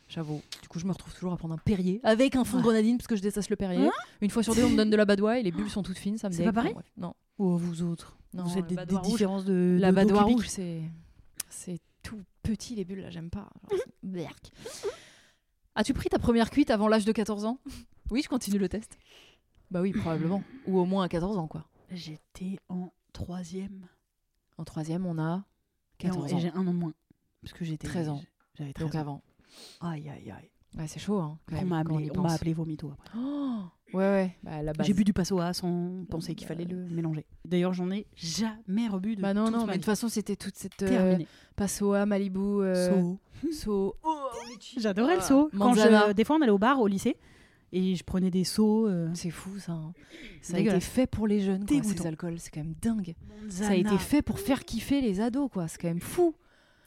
Speaker 1: J'avoue. Du coup, je me retrouve toujours à prendre un Perrier avec un fond de grenadine parce que je déteste le Perrier.
Speaker 2: Ah. Hein
Speaker 1: Une fois sur deux, on me donne de la badoie et les bulles sont toutes fines, ça me
Speaker 2: C'est
Speaker 1: dégue.
Speaker 2: pas pareil
Speaker 1: Enfin, bref, Non.
Speaker 2: Oh, vous autres.
Speaker 1: Non,
Speaker 2: vous êtes
Speaker 1: le
Speaker 2: des, des
Speaker 1: badois rouge.
Speaker 2: différences de.
Speaker 1: La
Speaker 2: de-
Speaker 1: badoie
Speaker 2: d'occupy.
Speaker 1: rouge, c'est c'est tout petit les bulles là, j'aime pas. Genre, c'est- Berk. As-tu pris ta première cuite avant l'âge de 14 ans Oui, je continue le test. Bah oui, probablement. Ou au moins à 14 ans quoi.
Speaker 2: J'étais en troisième.
Speaker 1: En troisième, on a
Speaker 2: Et en-
Speaker 1: 14
Speaker 2: et
Speaker 1: ans.
Speaker 2: j'ai un an de moins. Parce que j'étais.
Speaker 1: 13 ans.
Speaker 2: J'avais 13
Speaker 1: Donc
Speaker 2: ans. ah,
Speaker 1: avant.
Speaker 2: Aïe, aïe, aïe.
Speaker 1: Ouais, c'est chaud hein. quand
Speaker 2: On
Speaker 1: même,
Speaker 2: m'a
Speaker 1: quand on
Speaker 2: appelé,
Speaker 1: y
Speaker 2: on m'a
Speaker 1: pense.
Speaker 2: appelé vomito après.
Speaker 1: Oh ouais, ouais. Bah, la base.
Speaker 2: J'ai bu du passo A sans penser qu'il
Speaker 1: bah,
Speaker 2: fallait le mélanger. D'ailleurs, j'en ai jamais rebu de.
Speaker 1: Bah non,
Speaker 2: toute
Speaker 1: non,
Speaker 2: ma
Speaker 1: mais de toute
Speaker 2: vie.
Speaker 1: façon, c'était toute cette. euh,
Speaker 2: Terminé.
Speaker 1: Passoa, Malibu, euh,
Speaker 2: So. Oh
Speaker 1: So.
Speaker 2: J'adorais le
Speaker 1: Ah,
Speaker 2: seau. Quand
Speaker 1: Manzana.
Speaker 2: je, des fois, on allait au bar au lycée et je prenais des seaux. euh,
Speaker 1: C'est fou ça. hein. Ça a été
Speaker 2: Dégueulasse.
Speaker 1: fait pour les jeunes, quoi,
Speaker 2: Dégoûtant.
Speaker 1: ces alcools. C'est quand même dingue. Ça a été fait pour faire kiffer les ados, quoi. C'est quand même fou.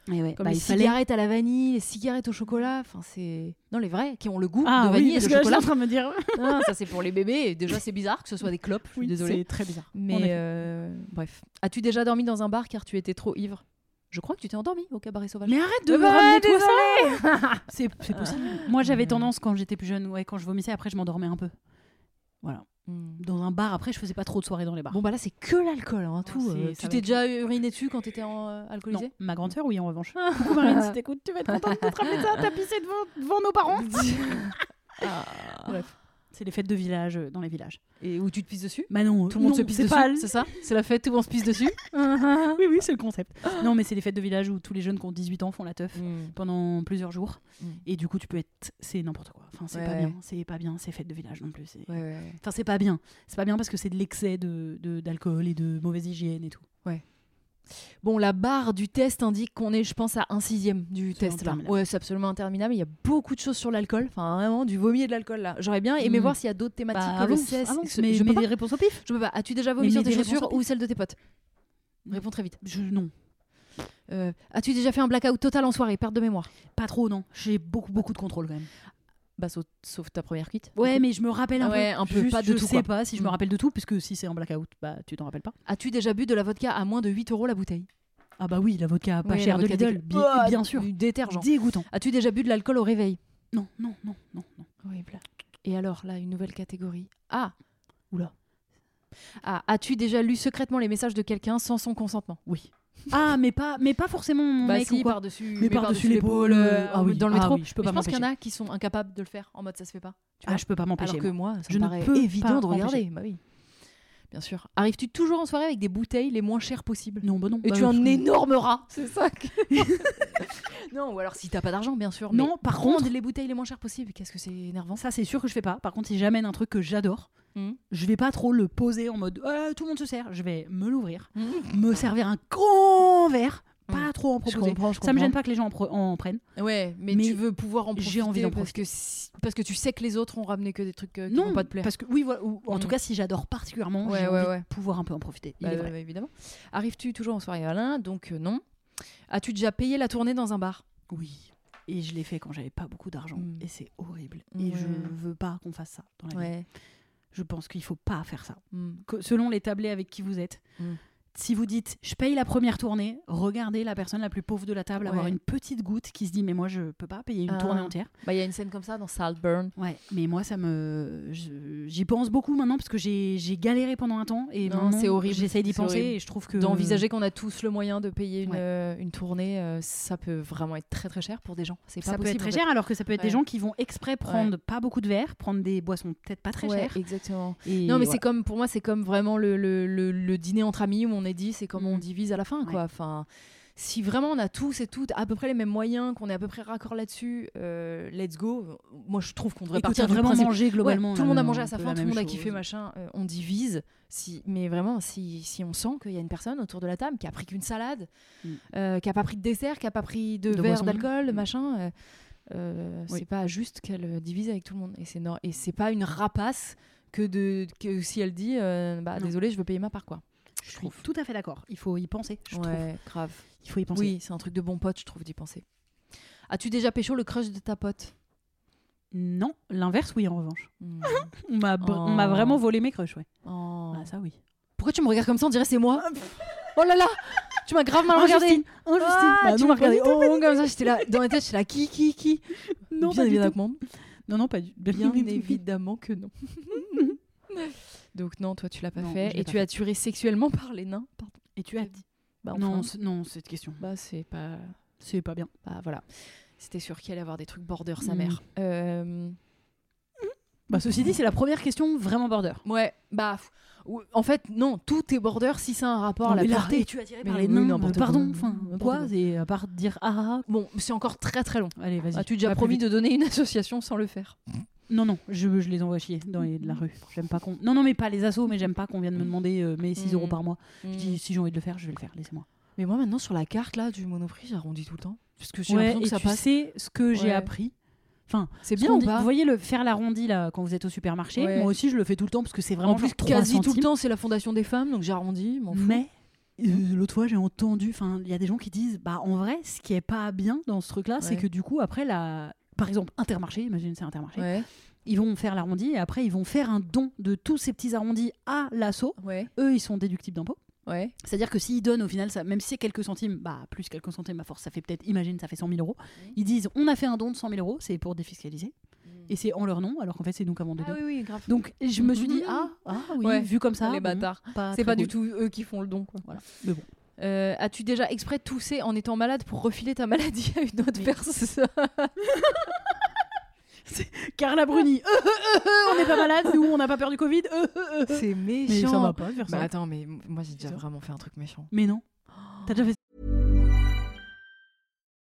Speaker 2: Et ouais,
Speaker 1: Comme
Speaker 2: bah,
Speaker 1: les
Speaker 2: il fallait.
Speaker 1: cigarettes à la vanille, les cigarettes au chocolat. Enfin, c'est. Non, les vrais, qui ont le goût
Speaker 2: Ah
Speaker 1: de vanille
Speaker 2: oui,
Speaker 1: et
Speaker 2: parce
Speaker 1: de
Speaker 2: que là, je suis
Speaker 1: chocolat.
Speaker 2: en train de me dire.
Speaker 1: Non, ça, c'est pour les bébés. Et déjà, c'est bizarre que ce soit des clopes. Je suis
Speaker 2: Oui,
Speaker 1: désolée.
Speaker 2: C'est très bizarre. En
Speaker 1: Mais
Speaker 2: effet.
Speaker 1: euh, bref. As-tu déjà dormi dans un bar car tu étais trop ivre Je crois que tu t'es endormi au cabaret sauvage.
Speaker 2: Mais arrête de
Speaker 1: Euh,
Speaker 2: me
Speaker 1: bah,
Speaker 2: ramener tout ça C'est c'est
Speaker 1: Euh.
Speaker 2: possible. Moi, j'avais
Speaker 1: Mm.
Speaker 2: tendance quand j'étais plus jeune, ouais, quand je vomissais, après je m'endormais un peu. Voilà.
Speaker 1: Hmm.
Speaker 2: Dans un bar, après, je faisais pas trop de soirées dans les bars.
Speaker 1: Bon bah là c'est que l'alcool hein, tout.
Speaker 2: c'est-
Speaker 1: euh,
Speaker 2: ça
Speaker 1: tu
Speaker 2: va
Speaker 1: t'es
Speaker 2: être-
Speaker 1: déjà uriné dessus quand t'étais en, euh, alcoolisé
Speaker 2: non, ma grande sœur, oui, en revanche.
Speaker 1: Ah.
Speaker 2: Coucou Marine, si t'écoutes, tu vas être contente de te ramener ça. T'as pissé devant, devant nos parents. Bref. C'est les fêtes de village euh, dans les villages.
Speaker 1: Et où tu te pisses dessus
Speaker 2: Bah non,
Speaker 1: Tout le monde
Speaker 2: non,
Speaker 1: se pisse
Speaker 2: c'est
Speaker 1: dessus,
Speaker 2: pas-
Speaker 1: c'est ça C'est la fête, tout le monde se pisse dessus
Speaker 2: Oui, oui, c'est le concept. non, mais c'est les fêtes de village où tous les jeunes qui ont 18 ans font la teuf
Speaker 1: Hmm.
Speaker 2: pendant plusieurs jours.
Speaker 1: Mm.
Speaker 2: Et du coup, tu peux être. C'est n'importe quoi. Enfin, c'est
Speaker 1: Ouais,
Speaker 2: pas
Speaker 1: ouais.
Speaker 2: bien. C'est pas bien. C'est fête de village non plus. c'est-
Speaker 1: Ouais, ouais, ouais.
Speaker 2: Enfin, c'est pas bien. C'est pas bien parce que c'est de l'excès d'alcool de, d'alcool et de mauvaise hygiène et tout.
Speaker 1: Bon la barre du test indique qu'on est je pense à un sixième du
Speaker 2: C'est
Speaker 1: test là.
Speaker 2: interminable.
Speaker 1: Ouais c'est absolument interminable, il y a beaucoup de choses sur l'alcool, enfin vraiment du vomi et de l'alcool là. J'aurais bien aimé
Speaker 2: Hmm.
Speaker 1: voir s'il y a d'autres thématiques
Speaker 2: Bah,
Speaker 1: que le
Speaker 2: avance,
Speaker 1: CS.
Speaker 2: avance,
Speaker 1: Ce-
Speaker 2: mais
Speaker 1: je, peux
Speaker 2: mets
Speaker 1: pas,
Speaker 2: des réponses au pif.
Speaker 1: je peux pas. As-tu déjà vomi
Speaker 2: Mais
Speaker 1: sur
Speaker 2: mets
Speaker 1: tes
Speaker 2: des réponses
Speaker 1: chaussures
Speaker 2: au Mm.
Speaker 1: ou celles de tes potes Réponds très vite.
Speaker 2: Je, non,
Speaker 1: Euh, As-tu déjà fait un blackout total en soirée, perte de mémoire
Speaker 2: pas trop, non. J'ai beaucoup, beaucoup de contrôle quand même.
Speaker 1: bah, sauf, sauf ta première cuite.
Speaker 2: Ouais, mais je me rappelle un
Speaker 1: Ouais,
Speaker 2: peu.
Speaker 1: un peu,
Speaker 2: Juste,
Speaker 1: pas de
Speaker 2: je
Speaker 1: tout,
Speaker 2: sais
Speaker 1: quoi.
Speaker 2: pas si je me
Speaker 1: Mm.
Speaker 2: rappelle de tout, puisque si c'est un blackout, bah tu t'en rappelles pas.
Speaker 1: As-tu déjà bu de la vodka à moins de 8 euros la bouteille
Speaker 2: Ah bah oui, la vodka Oh, pas
Speaker 1: Ouais, la
Speaker 2: chère de
Speaker 1: vodka
Speaker 2: Lidl,
Speaker 1: dégueu-
Speaker 2: bi-
Speaker 1: Ah,
Speaker 2: bien sûr.
Speaker 1: Du détergent.
Speaker 2: Dégoûtant.
Speaker 1: As-tu déjà bu de l'alcool au réveil
Speaker 2: Non, non, non, non, non.
Speaker 1: Horrible. Et alors, là, une nouvelle catégorie. Ah Oula. Ah, as-tu déjà lu secrètement les messages de quelqu'un sans son consentement Bah,
Speaker 2: Oui. Ah, mais pas, mais pas forcément mon mec ou quoi.
Speaker 1: par-dessus
Speaker 2: Mais par-dessus l'épaule, euh, ah oui,
Speaker 1: dans le
Speaker 2: ah
Speaker 1: métro.
Speaker 2: oui, je peux
Speaker 1: Mais
Speaker 2: pas
Speaker 1: je pense qu'il y en
Speaker 2: m'empêcher.
Speaker 1: a qui sont incapables de le faire en mode ça se fait pas. tu
Speaker 2: Ah,
Speaker 1: vois.
Speaker 2: je peux pas m'empêcher.
Speaker 1: Alors que
Speaker 2: moi.
Speaker 1: moi, ça
Speaker 2: Je
Speaker 1: me
Speaker 2: ne
Speaker 1: paraît
Speaker 2: peux
Speaker 1: évident
Speaker 2: pas
Speaker 1: de regarder.
Speaker 2: empêcher.
Speaker 1: Bah oui. Bien sûr. Arrives-tu toujours en soirée avec des bouteilles les moins chères possibles
Speaker 2: Non, bah non.
Speaker 1: Et
Speaker 2: bah
Speaker 1: tu es
Speaker 2: non,
Speaker 1: un
Speaker 2: je-
Speaker 1: énorme rat, c'est ça que- Non, ou alors si t'as pas d'argent, bien sûr. mais
Speaker 2: Non, par
Speaker 1: prendre
Speaker 2: contre,
Speaker 1: les bouteilles les moins chères possibles, qu'est-ce que c'est énervant.
Speaker 2: ça c'est sûr que je fais pas. Par contre, si j'amène un truc que j'adore,
Speaker 1: Mm.
Speaker 2: je vais pas trop le poser en mode Ah, tout le monde se sert. Je vais me l'ouvrir,
Speaker 1: Mmh,
Speaker 2: me servir un grand verre, pas trop en proposer.
Speaker 1: je
Speaker 2: Ça me gêne pas que les gens en, pre- en prennent.
Speaker 1: Ouais, mais,
Speaker 2: Mais
Speaker 1: tu veux pouvoir en
Speaker 2: j'ai
Speaker 1: profiter.
Speaker 2: envie d'en
Speaker 1: parce que si- parce que tu sais que les autres ont ramené que des trucs euh, qui
Speaker 2: non,
Speaker 1: vont pas te plaire.
Speaker 2: parce que oui, voilà, ou- en tout
Speaker 1: Mm.
Speaker 2: cas, si j'adore particulièrement,
Speaker 1: Ouais,
Speaker 2: j'ai
Speaker 1: ouais,
Speaker 2: envie
Speaker 1: ouais.
Speaker 2: de pouvoir un peu en profiter. Il
Speaker 1: Bah,
Speaker 2: est vrai.
Speaker 1: ouais, évidemment. Arrives-tu toujours en soirée Alain Donc euh, non. As-tu déjà payé la tournée dans un bar
Speaker 2: Oui. Et je l'ai fait quand j'avais pas beaucoup d'argent.
Speaker 1: Mm.
Speaker 2: Et c'est horrible. Et
Speaker 1: Ouais.
Speaker 2: je veux pas qu'on fasse ça dans la vie. Je pense qu'il faut pas faire ça.
Speaker 1: Mm.
Speaker 2: Que- selon les tablés avec qui vous êtes,
Speaker 1: Mm.
Speaker 2: si vous dites je paye la première tournée, regardez la personne la plus pauvre de la table avoir
Speaker 1: Ouais.
Speaker 2: une petite goutte qui se dit mais moi je peux pas payer une
Speaker 1: Ah.
Speaker 2: tournée entière.
Speaker 1: Bah il y a une scène comme ça dans Saltburn.
Speaker 2: Ouais, mais moi ça me. je- J'y pense beaucoup maintenant parce que j'ai j'ai galéré pendant un temps et
Speaker 1: Non,
Speaker 2: maintenant,
Speaker 1: c'est horrible,
Speaker 2: J'essaye d'y
Speaker 1: c'est
Speaker 2: penser
Speaker 1: horrible.
Speaker 2: et je trouve que.
Speaker 1: D'envisager qu'on a tous le moyen de payer une,
Speaker 2: Ouais.
Speaker 1: euh, une tournée, euh, ça peut vraiment être très très cher pour des gens. C'est pas
Speaker 2: Ça peut être
Speaker 1: possible,
Speaker 2: très
Speaker 1: en fait.
Speaker 2: cher, alors que ça peut être des
Speaker 1: Ouais.
Speaker 2: gens qui vont exprès prendre pas beaucoup de verres, prendre des boissons peut-être pas très
Speaker 1: Ouais,
Speaker 2: chères.
Speaker 1: Exactement.
Speaker 2: et
Speaker 1: non mais
Speaker 2: voilà.
Speaker 1: c'est comme pour moi c'est comme vraiment le, le, le- le dîner entre amis où on est dit c'est comment on
Speaker 2: Mm.
Speaker 1: divise à la fin quoi. Enfin si vraiment on a tous et toutes à peu près les mêmes moyens qu'on est à peu près raccord là-dessus, euh, let's go. Moi je trouve qu'on devrait
Speaker 2: Et que
Speaker 1: partir
Speaker 2: t'as
Speaker 1: du
Speaker 2: vraiment
Speaker 1: principe-
Speaker 2: mangé
Speaker 1: Ouais,
Speaker 2: globalement.
Speaker 1: tout le
Speaker 2: la
Speaker 1: monde a
Speaker 2: même-
Speaker 1: mangé à
Speaker 2: un
Speaker 1: sa
Speaker 2: peu
Speaker 1: faim,
Speaker 2: la
Speaker 1: tout le
Speaker 2: même
Speaker 1: monde a
Speaker 2: chose.
Speaker 1: kiffé, machin. euh, on divise. Si, mais vraiment, si, si on sent qu'il y a une personne autour de la table qui a pris qu'une salade,
Speaker 2: Mm.
Speaker 1: euh, qui a pas pris de dessert, qui a pas pris de,
Speaker 2: De
Speaker 1: verre
Speaker 2: boisson.
Speaker 1: d'alcool,
Speaker 2: Mm.
Speaker 1: machin, euh, euh,
Speaker 2: Oui.
Speaker 1: c'est pas juste qu'elle euh, divise avec tout le monde. Et c'est nor- et c'est pas une rapace que de que si elle dit, euh, bah
Speaker 2: Non.
Speaker 1: désolé, je veux payer ma part quoi.
Speaker 2: Je suis tout à fait d'accord. Il faut y penser. Je trouve.
Speaker 1: ouais, grave.
Speaker 2: Il faut y penser.
Speaker 1: Oui, c'est un truc de bon pote, je trouve d'y penser. As-tu déjà pécho le crush de ta pote
Speaker 2: Non, l'inverse, oui, en revanche.
Speaker 1: Mm.
Speaker 2: On m'a br- on m'a
Speaker 1: Oh.
Speaker 2: vraiment volé mes crushs, ouais.
Speaker 1: Oh.
Speaker 2: Ah, ça, oui.
Speaker 1: Pourquoi tu me regardes comme ça On dirait c'est moi. Oh là là Tu m'as grave mal regardé.
Speaker 2: Oh, Justine
Speaker 1: Ah,
Speaker 2: Bah
Speaker 1: tu
Speaker 2: non,
Speaker 1: m'as
Speaker 2: pas
Speaker 1: regardé
Speaker 2: du tout,
Speaker 1: oh, comme ça, j'étais là dans la tête, j'étais là qui qui qui
Speaker 2: Non,
Speaker 1: Bien
Speaker 2: pas du tout.
Speaker 1: évidemment,
Speaker 2: Non, non, pas du bah,
Speaker 1: bien évidemment que non. Donc non, toi tu l'as pas
Speaker 2: Non, je
Speaker 1: fait
Speaker 2: l'ai
Speaker 1: et
Speaker 2: pas
Speaker 1: tu as tué sexuellement par les nains. Pardon.
Speaker 2: Et tu as dit.
Speaker 1: dit. Bah,
Speaker 2: Non,
Speaker 1: enfin,
Speaker 2: c'est- non, cette question.
Speaker 1: bah c'est pas
Speaker 2: C'est pas bien.
Speaker 1: bah voilà. C'était sûr qu'il allait avoir des trucs border sa
Speaker 2: Mm.
Speaker 1: mère. Euh,
Speaker 2: Bah, ceci dit, c'est la première question vraiment border.
Speaker 1: Ouais, bah pff, ou- en fait non, tout est border si c'est un rapport
Speaker 2: Non,
Speaker 1: à la
Speaker 2: mais là,
Speaker 1: pureté.
Speaker 2: et tu as tiré
Speaker 1: Mais
Speaker 2: par
Speaker 1: non,
Speaker 2: les
Speaker 1: oui,
Speaker 2: nains.
Speaker 1: n'importe
Speaker 2: euh, Pardon,
Speaker 1: quoi.
Speaker 2: enfin,
Speaker 1: N'importe
Speaker 2: quoi
Speaker 1: quoi.
Speaker 2: c'est à part dire ah,
Speaker 1: Bon, c'est encore très très long.
Speaker 2: ah. Allez, vas-y.
Speaker 1: As-tu déjà
Speaker 2: Va plus
Speaker 1: promis
Speaker 2: vite.
Speaker 1: de donner une association sans le faire
Speaker 2: Non, non, je, je les envoie chier dans les, de la rue. J'aime pas qu'on. Non, non, mais pas les assos, mais j'aime pas qu'on vienne me demander euh, mes 6
Speaker 1: Mm.
Speaker 2: euros par mois. Je
Speaker 1: Mm.
Speaker 2: dis, si j'ai envie de le faire, je vais le faire, laissez-moi.
Speaker 1: Mais moi maintenant sur la carte là du Monoprix, j'arrondis tout le temps parce que j'ai
Speaker 2: Ouais,
Speaker 1: l'impression
Speaker 2: et
Speaker 1: que ça
Speaker 2: tu
Speaker 1: passe.
Speaker 2: sais ce que j'ai
Speaker 1: Ouais.
Speaker 2: appris.
Speaker 1: C'est
Speaker 2: Parce
Speaker 1: bien
Speaker 2: qu'on
Speaker 1: ou
Speaker 2: dit-
Speaker 1: pas
Speaker 2: Vous voyez le faire l'arrondi là quand vous êtes au supermarché.
Speaker 1: Ouais.
Speaker 2: Moi aussi, je le fais tout le temps parce que c'est vraiment
Speaker 1: En plus
Speaker 2: genre 3
Speaker 1: quasi tout le
Speaker 2: centimes.
Speaker 1: temps c'est la fondation des femmes donc j'arrondis. m'en fous.
Speaker 2: Mais euh, l'autre fois, j'ai entendu. Enfin, il y a des gens qui disent, bah en vrai, ce qui est pas bien dans ce truc-là, c'est
Speaker 1: Ouais.
Speaker 2: que du coup après la, par exemple Intermarché, imagine c'est Intermarché,
Speaker 1: Ouais.
Speaker 2: ils vont faire l'arrondi et après ils vont faire un don de tous ces petits arrondis à l'assaut.
Speaker 1: Ouais.
Speaker 2: Eux, ils sont déductibles d'impôts.
Speaker 1: Ouais.
Speaker 2: C'est-à-dire que s'ils donnent au final, ça, même si c'est quelques centimes, bah plus quelques centimes à force, ça fait peut-être, imagine, ça fait 100 000 euros.
Speaker 1: Mmh.
Speaker 2: Ils disent, on a fait un don de 100 000 euros, c'est pour défiscaliser. Et c'est en leur nom, alors qu'en fait, c'est nous qui avons donné.
Speaker 1: Ah oui oui grave.
Speaker 2: Donc je me suis dit ah ah oui
Speaker 1: Ouais,
Speaker 2: vu comme ça
Speaker 1: les
Speaker 2: bon,
Speaker 1: bâtards.
Speaker 2: très
Speaker 1: C'est pas du
Speaker 2: cool.
Speaker 1: tout eux qui font le don quoi.
Speaker 2: Voilà. Mais bon.
Speaker 1: Euh, As-tu déjà exprès toussé en étant malade pour refiler ta maladie à une autre personne
Speaker 2: Carla Bruni euh, euh, euh, on n'est pas malade nous on n'a pas peur du Covid euh, euh, euh.
Speaker 1: C'est
Speaker 2: mais ça va
Speaker 1: méchant.
Speaker 2: pas de faire
Speaker 1: Bah
Speaker 2: ça.
Speaker 1: attends mais m- moi j'ai déjà
Speaker 2: Putain.
Speaker 1: vraiment fait un truc méchant.
Speaker 2: mais non t'as déjà fait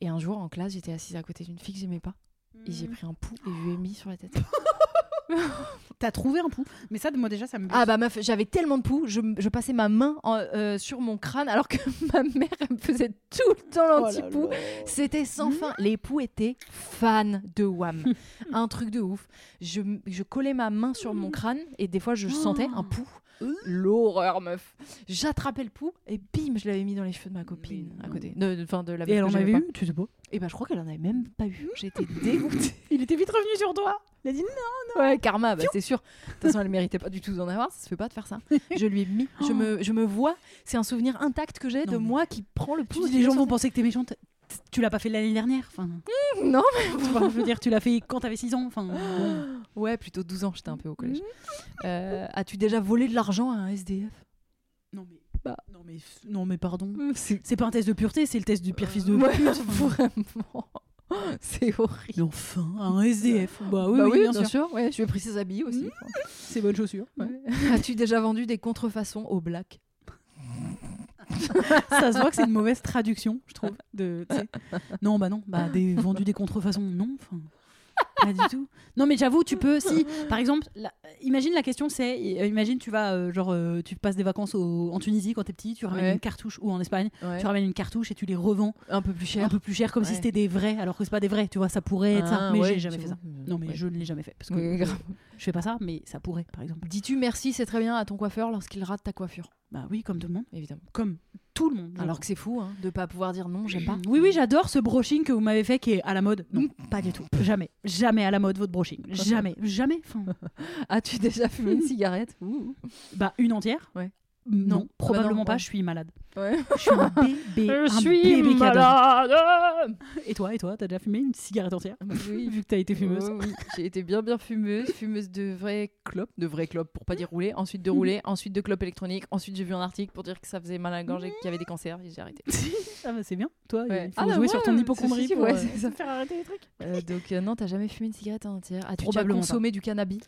Speaker 1: Et un jour en classe, j'étais assise à côté d'une fille que j'aimais pas et j'ai pris un pou et je lui ai mis sur la tête.
Speaker 2: T'as trouvé un pou. Mais ça, moi déjà, ça me.
Speaker 1: Ah bah meuf, j'avais tellement de poux, je, je passais ma main en- euh, sur mon crâne alors que ma mère elle me faisait tout le temps
Speaker 2: Oh
Speaker 1: l'anti-poux. C'était
Speaker 2: Hmm.
Speaker 1: sans fin. Les poux étaient fans de Wham. un truc de ouf. Je, je collais ma main sur
Speaker 2: Hmm.
Speaker 1: mon crâne et des fois je sentais
Speaker 2: Oh.
Speaker 1: un poux. L'horreur meuf. J'attrapais le poux et bim, je l'avais mis dans les cheveux de ma copine à côté. De, de- enfin, de la meuf
Speaker 2: Et elle
Speaker 1: que
Speaker 2: en
Speaker 1: j'aimais
Speaker 2: avait
Speaker 1: pas.
Speaker 2: eu Tu sais pas.
Speaker 1: Et bah je crois qu'elle en avait même pas eu. J'étais dégoûtée.
Speaker 2: Il était vite revenu sur toi. Il a dit
Speaker 1: Ouais, karma, bah, c'est sûr. De toute façon, elle méritait pas du tout d'en avoir, ça se fait pas de faire ça. Je lui ai mis, je me, je me vois, c'est un souvenir intact que j'ai de
Speaker 2: Non, mais-
Speaker 1: moi qui prend le pouls.
Speaker 2: non. Les gens vont penser que t'es méchante. T- Tu l'as pas fait l'année dernière. Enfin,
Speaker 1: Non,
Speaker 2: tu vois, je veux dire, tu l'as fait quand t'avais 6 ans. Enfin, bon.
Speaker 1: mais... Ouais, plutôt 12 ans, j'étais un peu au
Speaker 2: Mhm.
Speaker 1: collège. Euh, As-tu déjà volé de l'argent à un SDF
Speaker 2: non mais,
Speaker 1: Bah.
Speaker 2: non mais, non mais pardon. Euh,
Speaker 1: C'est
Speaker 2: Mm. C'est pas un test de pureté, c'est le test du pire fils de
Speaker 1: Ouais,
Speaker 2: pute. Enfin,
Speaker 1: Vraiment. C'est horrible.
Speaker 2: Mais enfin, un SDF. Bah oui,
Speaker 1: Bah
Speaker 2: oui, bien, sûr. Mhm.
Speaker 1: ouais, je lui ai pris ses habits aussi.
Speaker 2: C'est bonne chaussure.
Speaker 1: Ouais. As-tu déjà vendu des contrefaçons au black
Speaker 2: Ça se voit que c'est une mauvaise traduction, je trouve. De, tu sais. non, bah non, bah des vendus des contrefaçons, non. enfin, Pas du tout. Non, mais j'avoue, tu peux. Si, par exemple, la- imagine la question, c'est, euh, imagine tu vas, euh, genre, euh, tu passes des vacances au- en Tunisie quand t'es petit, tu ramènes
Speaker 1: Ouais.
Speaker 2: une cartouche ou en Espagne,
Speaker 1: Ouais.
Speaker 2: tu ramènes une cartouche et tu les revends
Speaker 1: Un peu plus
Speaker 2: un
Speaker 1: cher.
Speaker 2: peu plus cher, comme si
Speaker 1: Ouais.
Speaker 2: c'était des vrais, alors que c'est pas des vrais. Tu vois, ça pourrait être ça.
Speaker 1: Ah,
Speaker 2: Mais
Speaker 1: ouais,
Speaker 2: j'ai jamais
Speaker 1: tu
Speaker 2: fait
Speaker 1: vois.
Speaker 2: ça. Non, mais
Speaker 1: Ouais.
Speaker 2: je ne l'ai jamais fait parce que
Speaker 1: Oui, grave.
Speaker 2: je fais pas ça, mais ça pourrait, par exemple.
Speaker 1: Dis-tu merci, c'est très bien, à ton coiffeur lorsqu'il rate ta coiffure
Speaker 2: Bah oui, comme tout le monde,
Speaker 1: Évidemment.
Speaker 2: comme tout le monde. je Mhm.
Speaker 1: Alors que c'est fou hein, de pas pouvoir dire non, j'aime pas.
Speaker 2: Mm. Oui, oui, j'adore ce brushing que vous m'avez fait qui est à la mode. Non, pas du tout. Jamais. Jamais à la mode, votre brushing. Jamais. Jamais. Enfin,
Speaker 1: As-tu déjà fumé une cigarette
Speaker 2: bah, une entière Mm,
Speaker 1: Ouais.
Speaker 2: Non,
Speaker 1: Non. Bah
Speaker 2: probablement
Speaker 1: non,
Speaker 2: pas.
Speaker 1: ouais.
Speaker 2: Je suis malade.
Speaker 1: Ouais.
Speaker 2: Je suis un bébé. un bébé qui adore. Et toi, et toi, t'as déjà fumé une cigarette entière
Speaker 1: Ah, Oui,
Speaker 2: Vu que t'as été fumeuse.
Speaker 1: Oh oui, j'ai été bien bien fumeuse, fumeuse de vraie clope, de vraie clope pour pas dire rouler, ensuite de rouler, ensuite de clope électronique, ensuite j'ai vu un article pour dire que ça faisait mal à la gorge et qu'il y avait des cancers et j'ai arrêté.
Speaker 2: Ah bah c'est bien. Toi,
Speaker 1: Ouais.
Speaker 2: il faut
Speaker 1: Ah bah
Speaker 2: jouer sur
Speaker 1: ouais,
Speaker 2: ton
Speaker 1: si,
Speaker 2: hypochondrie
Speaker 1: si, si,
Speaker 2: pour
Speaker 1: ouais,
Speaker 2: euh,
Speaker 1: c'est ça.
Speaker 2: faire arrêter les trucs.
Speaker 1: Euh, donc euh, non, t'as jamais fumé une cigarette entière Ah, As-tu déjà
Speaker 2: Probablement pas.
Speaker 1: consommé du cannabis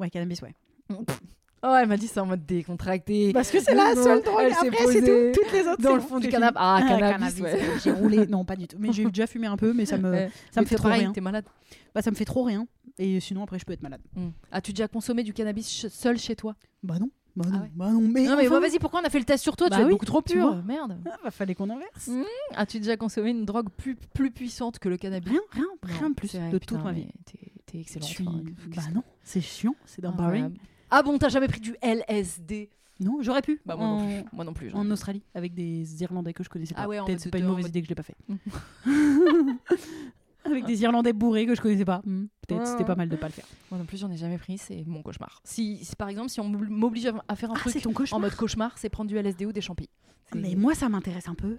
Speaker 2: Ouais, cannabis, ouais.
Speaker 1: Oh, elle m'a dit ça en mode décontracté.
Speaker 2: Parce que
Speaker 1: c'est la seule drogue,
Speaker 2: Elle s'est
Speaker 1: après, c'est
Speaker 2: posée
Speaker 1: tout.
Speaker 2: Toutes les autres,
Speaker 1: Dans
Speaker 2: c'est
Speaker 1: le
Speaker 2: bon,
Speaker 1: fond du
Speaker 2: j'ai
Speaker 1: canapé.
Speaker 2: fumé.
Speaker 1: Ah,
Speaker 2: Ah,
Speaker 1: cannabis,
Speaker 2: cannabis,
Speaker 1: ouais.
Speaker 2: ouais, J'ai roulé. Non, pas du tout. Mais j'ai déjà fumé un peu, mais ça me,
Speaker 1: Ouais.
Speaker 2: ça me
Speaker 1: Mais
Speaker 2: fait
Speaker 1: c'est
Speaker 2: trop
Speaker 1: pareil,
Speaker 2: rien.
Speaker 1: T'es malade.
Speaker 2: Bah, ça me fait trop rien. Et sinon, après, je peux être malade.
Speaker 1: Mm. As-tu déjà consommé du cannabis ch- seul chez toi
Speaker 2: Bah non, bah non,
Speaker 1: Ah ouais.
Speaker 2: bah non. Mais,
Speaker 1: Non mais
Speaker 2: enfin,
Speaker 1: ouais, vas-y, pourquoi on a fait le test sur toi
Speaker 2: Bah
Speaker 1: Tu es
Speaker 2: oui,
Speaker 1: beaucoup trop
Speaker 2: tu
Speaker 1: pure.
Speaker 2: vois.
Speaker 1: Merde.
Speaker 2: Ah, bah, fallait qu'on inverse.
Speaker 1: Mm. As-tu déjà consommé une drogue plus, plus puissante que le
Speaker 2: Eh
Speaker 1: cannabis
Speaker 2: Rien, rien, rien
Speaker 1: Non,
Speaker 2: de plus
Speaker 1: c'est vrai,
Speaker 2: de
Speaker 1: putain,
Speaker 2: toute ma
Speaker 1: mais
Speaker 2: vie.
Speaker 1: T'es, t'es
Speaker 2: Je
Speaker 1: excellente.
Speaker 2: suis...
Speaker 1: hein,
Speaker 2: Bah
Speaker 1: qu'est-ce que-
Speaker 2: non, c'est chiant, c'est d'un barring.
Speaker 1: Incroyable. Ah bon, t'as jamais pris du LSD
Speaker 2: Non, j'aurais pu.
Speaker 1: Bah moi non
Speaker 2: en...
Speaker 1: plus. Moi non plus. j'en ai
Speaker 2: en Australie, avec des Irlandais que je connaissais pas.
Speaker 1: Ah ouais, en
Speaker 2: Peut-être
Speaker 1: mode
Speaker 2: c'est
Speaker 1: de-
Speaker 2: pas une
Speaker 1: en
Speaker 2: mauvaise
Speaker 1: mode- Mm.
Speaker 2: idée que je l'ai pas fait. avec des Irlandais bourrés que je connaissais pas. Hmm, Peut-être
Speaker 1: Ouais,
Speaker 2: c'était pas
Speaker 1: ouais.
Speaker 2: mal de pas le faire.
Speaker 1: Moi non plus, j'en ai jamais pris. C'est mon cauchemar. Si, si, par exemple, si on m'obli- m'oblige à à faire un
Speaker 2: Ah,
Speaker 1: truc
Speaker 2: c'est ton
Speaker 1: en
Speaker 2: cauchemar.
Speaker 1: mode cauchemar, c'est prendre du LSD ou des champis. C'est-
Speaker 2: Mais moi, ça m'intéresse un peu.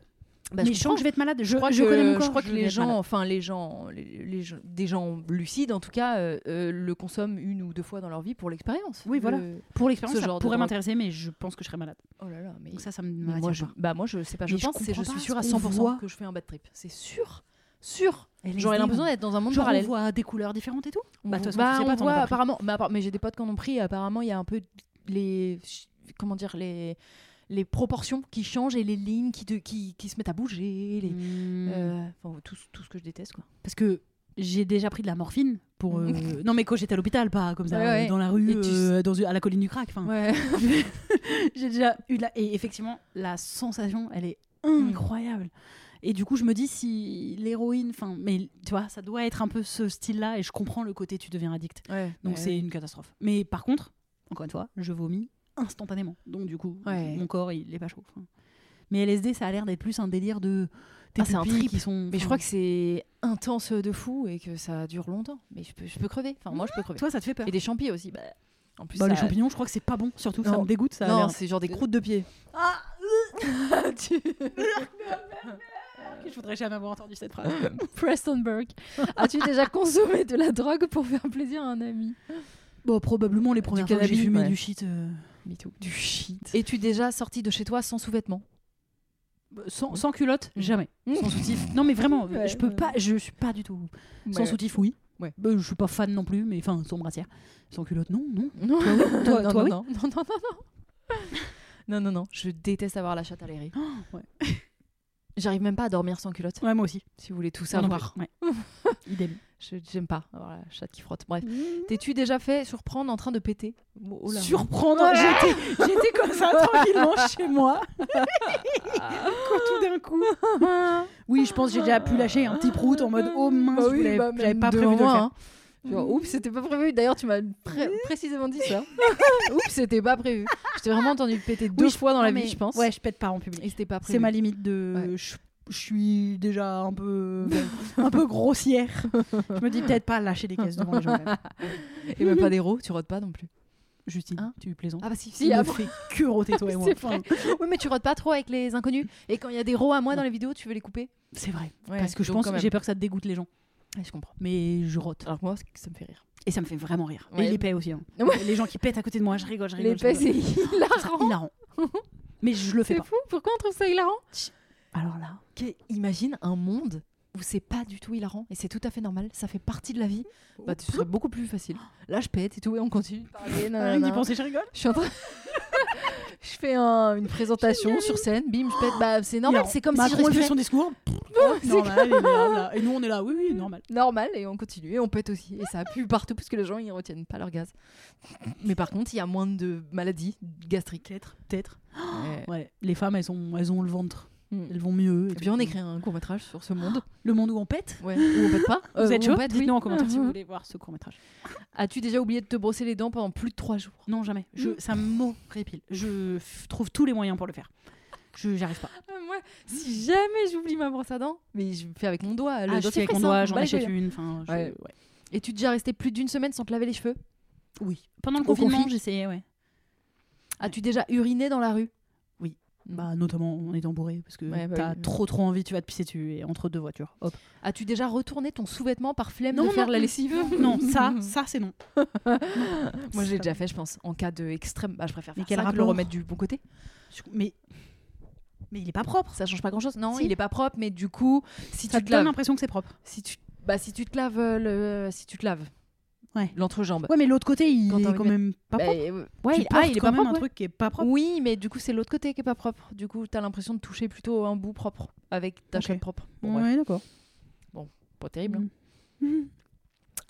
Speaker 1: Bah,
Speaker 2: mais je
Speaker 1: comprends.
Speaker 2: sens que je vais être malade. Je,
Speaker 1: je crois
Speaker 2: je
Speaker 1: que,
Speaker 2: connais mon
Speaker 1: je
Speaker 2: corps.
Speaker 1: crois que
Speaker 2: vais
Speaker 1: les
Speaker 2: être
Speaker 1: gens,
Speaker 2: malade.
Speaker 1: enfin les gens, les, les gens- des gens lucides en tout cas, euh, euh, le consomment une ou deux fois dans leur vie pour l'expérience.
Speaker 2: Oui, voilà.
Speaker 1: Le-
Speaker 2: Pour l'expérience,
Speaker 1: ce
Speaker 2: ça
Speaker 1: genre de
Speaker 2: pourrait
Speaker 1: drogue.
Speaker 2: m'intéresser, mais je pense que je serais malade.
Speaker 1: Oh là là, mais
Speaker 2: Donc ça, ça me
Speaker 1: mais
Speaker 2: m'attire
Speaker 1: moi je,
Speaker 2: pas.
Speaker 1: bah moi je sais pas, je
Speaker 2: Mais je
Speaker 1: pense, c'est je
Speaker 2: comprends
Speaker 1: suis
Speaker 2: pas
Speaker 1: sûre
Speaker 2: ce
Speaker 1: à
Speaker 2: qu'on
Speaker 1: 100%
Speaker 2: voit.
Speaker 1: que je fais un bad trip. C'est sûr, sûr.
Speaker 2: LSD,
Speaker 1: J'aurais l'impression
Speaker 2: on-
Speaker 1: d'être dans un monde
Speaker 2: Genre, on
Speaker 1: parallèle.
Speaker 2: voit des couleurs différentes et tout.
Speaker 1: On
Speaker 2: Bah, de
Speaker 1: voit-
Speaker 2: toute façon, tu sais
Speaker 1: on
Speaker 2: pas, t'en as
Speaker 1: voit
Speaker 2: pas pris.
Speaker 1: apparemment, mais, appara- mais j'ai des potes qui en ont pris. et apparemment, il y a un peu les comment dire les les proportions qui changent et les lignes qui, de- qui, qui se mettent à bouger, les,
Speaker 2: Mm.
Speaker 1: euh, enfin, tout, tout ce que je déteste quoi.
Speaker 2: Parce que j'ai déjà pris de la morphine pour. euh,
Speaker 1: Mhm.
Speaker 2: non, mais quand j'étais à l'hôpital, pas comme ça,
Speaker 1: Ouais, ouais.
Speaker 2: euh, dans la rue,
Speaker 1: Et tu-
Speaker 2: euh, dans, une- à la colline du crack. enfin.
Speaker 1: Ouais.
Speaker 2: j'ai déjà eu de la. Et effectivement, la sensation, elle est
Speaker 1: Hmm.
Speaker 2: incroyable. Et du coup, je me dis si l'héroïne. Enfin, mais tu vois, ça doit être un peu ce style-là, et je comprends le côté tu deviens addict. Donc c'est une catastrophe. Mais par contre, encore une fois, je vomis instantanément. Donc du coup,
Speaker 1: Ouais.
Speaker 2: mon corps, il est pas chaud. Enfin, Mais LSD, ça a l'air d'être plus un délire de. tes
Speaker 1: Ah, c'est un
Speaker 2: pupilles
Speaker 1: trip.
Speaker 2: qui sont.
Speaker 1: Mais je
Speaker 2: enfin,
Speaker 1: crois que c'est intense de fou et que ça dure longtemps. Mais je peux, je peux crever. Enfin, moi, je peux crever.
Speaker 2: Toi, ça te fait peur.
Speaker 1: Et des champis aussi. Bah, en plus,
Speaker 2: Bah,
Speaker 1: ça-
Speaker 2: Les champignons, je crois que c'est pas bon, surtout, ça
Speaker 1: Non.
Speaker 2: me dégoûte. Ça a
Speaker 1: Non,
Speaker 2: l'air-
Speaker 1: c'est genre des croûtes de pied.
Speaker 2: Ah
Speaker 1: Tu-
Speaker 2: Je voudrais jamais avoir entendu cette phrase.
Speaker 1: Prestonberg. As-tu déjà consommé de la drogue pour faire plaisir à un ami
Speaker 2: bon, probablement les premières fois que j'ai
Speaker 1: cannabis,
Speaker 2: fumé
Speaker 1: ouais.
Speaker 2: du shit. euh, Bah,
Speaker 1: Du shit. Es-tu déjà sorti de chez toi sans sous-vêtements
Speaker 2: Sans, sans culotte,
Speaker 1: Mm.
Speaker 2: jamais.
Speaker 1: Mm.
Speaker 2: Sans soutif. Non, mais vraiment,
Speaker 1: Ouais,
Speaker 2: je peux
Speaker 1: ouais.
Speaker 2: pas, je suis pas du tout. Sans soutif, oui.
Speaker 1: Ouais.
Speaker 2: Bah, je suis pas fan non plus, mais enfin, sans brassière. Sans culotte, non, non.
Speaker 1: Non,
Speaker 2: toi-
Speaker 1: non,
Speaker 2: toi,
Speaker 1: non, non, non, non, non. non, non, non. Je déteste avoir la chatte à l'airie.
Speaker 2: ouais.
Speaker 1: J'arrive même pas à dormir sans culotte,
Speaker 2: Oh, Ouais, moi aussi.
Speaker 1: si vous voulez tout
Speaker 2: Moi non
Speaker 1: savoir.
Speaker 2: plus, ouais. Idem.
Speaker 1: Je J'aime pas avoir la chatte qui frotte. Bref.
Speaker 2: Mmh.
Speaker 1: T'es-tu déjà fait surprendre en train de péter Oh là.
Speaker 2: Surprendre, j'étais, j'étais comme ça tranquillement chez moi. Quand tout d'un coup. Oui, je pense que j'ai déjà pu lâcher un petit prout en mode oh mince,
Speaker 1: Bah
Speaker 2: je
Speaker 1: oui,
Speaker 2: voulais-
Speaker 1: bah, même
Speaker 2: j'avais pas
Speaker 1: devant
Speaker 2: prévu de le
Speaker 1: moi,
Speaker 2: faire. Mmh.
Speaker 1: hein. Genre, oups, c'était pas prévu. D'ailleurs, tu m'as pré- précisément dit ça. oups, c'était pas prévu. Je t'ai vraiment entendu péter deux
Speaker 2: Oui, je-
Speaker 1: fois dans la
Speaker 2: non,
Speaker 1: vie,
Speaker 2: mais-
Speaker 1: je pense.
Speaker 2: Ouais, je pète pas en public.
Speaker 1: Et c'était pas prévu.
Speaker 2: C'est ma limite de. Je, je suis déjà un peu, un peu grossière. Je me dis peut-être pas lâcher des caisses devant les gens. quand même.
Speaker 1: Et même pas des rots, tu rotes pas non plus.
Speaker 2: Justine,
Speaker 1: Hein
Speaker 2: tu plaisantes.
Speaker 1: Ah bah si,
Speaker 2: Tu
Speaker 1: si,
Speaker 2: ne
Speaker 1: ah,
Speaker 2: fais que roter toi et moi.
Speaker 1: c'est vrai. Oui, mais tu rotes pas trop avec les inconnus. Et quand il y a des rots à moi dans les vidéos, tu veux les couper
Speaker 2: C'est vrai. Parce que je pense que j'ai peur que ça te dégoûte les gens.
Speaker 1: je comprends. Ah.
Speaker 2: Mais je rote.
Speaker 1: Alors que moi, ça me fait rire.
Speaker 2: Et ça me fait vraiment rire.
Speaker 1: Ouais.
Speaker 2: Et l'épée aussi. hein.
Speaker 1: Ouais.
Speaker 2: Les gens qui pètent à côté de moi, je rigole, je rigole.
Speaker 1: L'épée,
Speaker 2: je rigole.
Speaker 1: c'est
Speaker 2: C'est
Speaker 1: hilarant.
Speaker 2: hilarant. Mais je le fais
Speaker 1: C'est
Speaker 2: pas.
Speaker 1: fou. Pourquoi on trouve ça hilarant
Speaker 2: Alors là.
Speaker 1: Que- Imagine un monde où c'est pas du tout hilarant et c'est tout à fait normal, ça fait partie de la vie. Bah, ce serait beaucoup plus facile. Là, je pète et tout, et on continue de parler. nanana.
Speaker 2: Rien que d'y penser, je rigole.
Speaker 1: Je suis en train. je fais un- une présentation sur scène, bim, je pète. Bah, c'est normal,
Speaker 2: Hilarant.
Speaker 1: c'est comme si
Speaker 2: Macron,
Speaker 1: je
Speaker 2: il fait
Speaker 1: respirais.
Speaker 2: son discours.
Speaker 1: C'est
Speaker 2: normal. il est là, là. Et nous, on est là. Oui, oui, normal.
Speaker 1: Normal, et on continue, et on pète aussi. Et ça pue partout parce que les gens, ils retiennent pas leur gaz. Mais par contre, il y a moins de maladies gastriques.
Speaker 2: Peut-être, peut-être.
Speaker 1: Ouais.
Speaker 2: Ouais. Les femmes, elles ont, elles ont le ventre.
Speaker 1: Mm.
Speaker 2: Elles vont mieux.
Speaker 1: Et puis, on écrit un court-métrage sur ce monde
Speaker 2: Le monde où on pète.
Speaker 1: ouais, où on pète pas. euh,
Speaker 2: Vous êtes
Speaker 1: où
Speaker 2: chaud
Speaker 1: on pète, oui.
Speaker 2: Dites-nous en commentaire si vous voulez voir ce court métrage.
Speaker 1: As-tu déjà oublié de te brosser les dents pendant plus de trois jours
Speaker 2: Non, jamais. Je, ça me répile. Je f- trouve tous les moyens pour le faire. Je j'arrive pas.
Speaker 1: Ah, Moi, si jamais j'oublie ma brosse à dents, mais je fais avec mon doigt. Le
Speaker 2: Ah, je
Speaker 1: dentifrice,
Speaker 2: sais qu'on
Speaker 1: hein,
Speaker 2: doit,
Speaker 1: on
Speaker 2: j'en
Speaker 1: va les
Speaker 2: achète
Speaker 1: couilles.
Speaker 2: une. Enfin, je-
Speaker 1: Ouais.
Speaker 2: ouais.
Speaker 1: Et tu es déjà resté plus d'une semaine sans te laver les cheveux
Speaker 2: Oui. Pendant le
Speaker 1: Au
Speaker 2: confinement,
Speaker 1: confit.
Speaker 2: j'essayais, ouais.
Speaker 1: As-tu déjà uriné dans la rue
Speaker 2: Bah, notamment en étant bourré, parce que
Speaker 1: Ouais, bah
Speaker 2: t'as
Speaker 1: oui.
Speaker 2: trop trop envie, tu vas te pisser dessus, et entre deux voitures. Hop.
Speaker 1: As-tu déjà retourné ton sous-vêtement par flemme
Speaker 2: Non,
Speaker 1: de faire
Speaker 2: non,
Speaker 1: la lessive
Speaker 2: Non, ça, ça c'est non.
Speaker 1: Moi, j'ai déjà fait, je pense, en cas de extrême. Bah, je préfère
Speaker 2: Mais
Speaker 1: faire
Speaker 2: quel
Speaker 1: ça que le
Speaker 2: rapport
Speaker 1: remettre du bon côté.
Speaker 2: Je- Mais... mais il est pas propre.
Speaker 1: Ça change pas grand-chose. Non,
Speaker 2: Si.
Speaker 1: il est pas propre, mais du coup, si
Speaker 2: Ça
Speaker 1: tu
Speaker 2: te
Speaker 1: te
Speaker 2: donne
Speaker 1: laves,
Speaker 2: l'impression que c'est propre.
Speaker 1: si tu, bah, si tu te laves euh, le, si tu te laves,
Speaker 2: Ouais.
Speaker 1: l'entrejambe.
Speaker 2: Ouais, mais l'autre côté, il
Speaker 1: Quand
Speaker 2: est
Speaker 1: t'as envie
Speaker 2: quand
Speaker 1: de
Speaker 2: même pas
Speaker 1: Bah,
Speaker 2: propre.
Speaker 1: euh,
Speaker 2: Ouais,
Speaker 1: tu
Speaker 2: il
Speaker 1: portes
Speaker 2: ah, il est
Speaker 1: quand
Speaker 2: pas
Speaker 1: même
Speaker 2: propre,
Speaker 1: un
Speaker 2: un truc qui est pas propre.
Speaker 1: Oui, mais du coup, c'est l'autre côté qui est pas propre. Du coup, t'as l'impression de toucher plutôt un bout propre avec ta
Speaker 2: Ok.
Speaker 1: chaîne propre. Bon,
Speaker 2: ouais,
Speaker 1: bref,
Speaker 2: d'accord.
Speaker 1: pas terrible. hein.
Speaker 2: Mhm.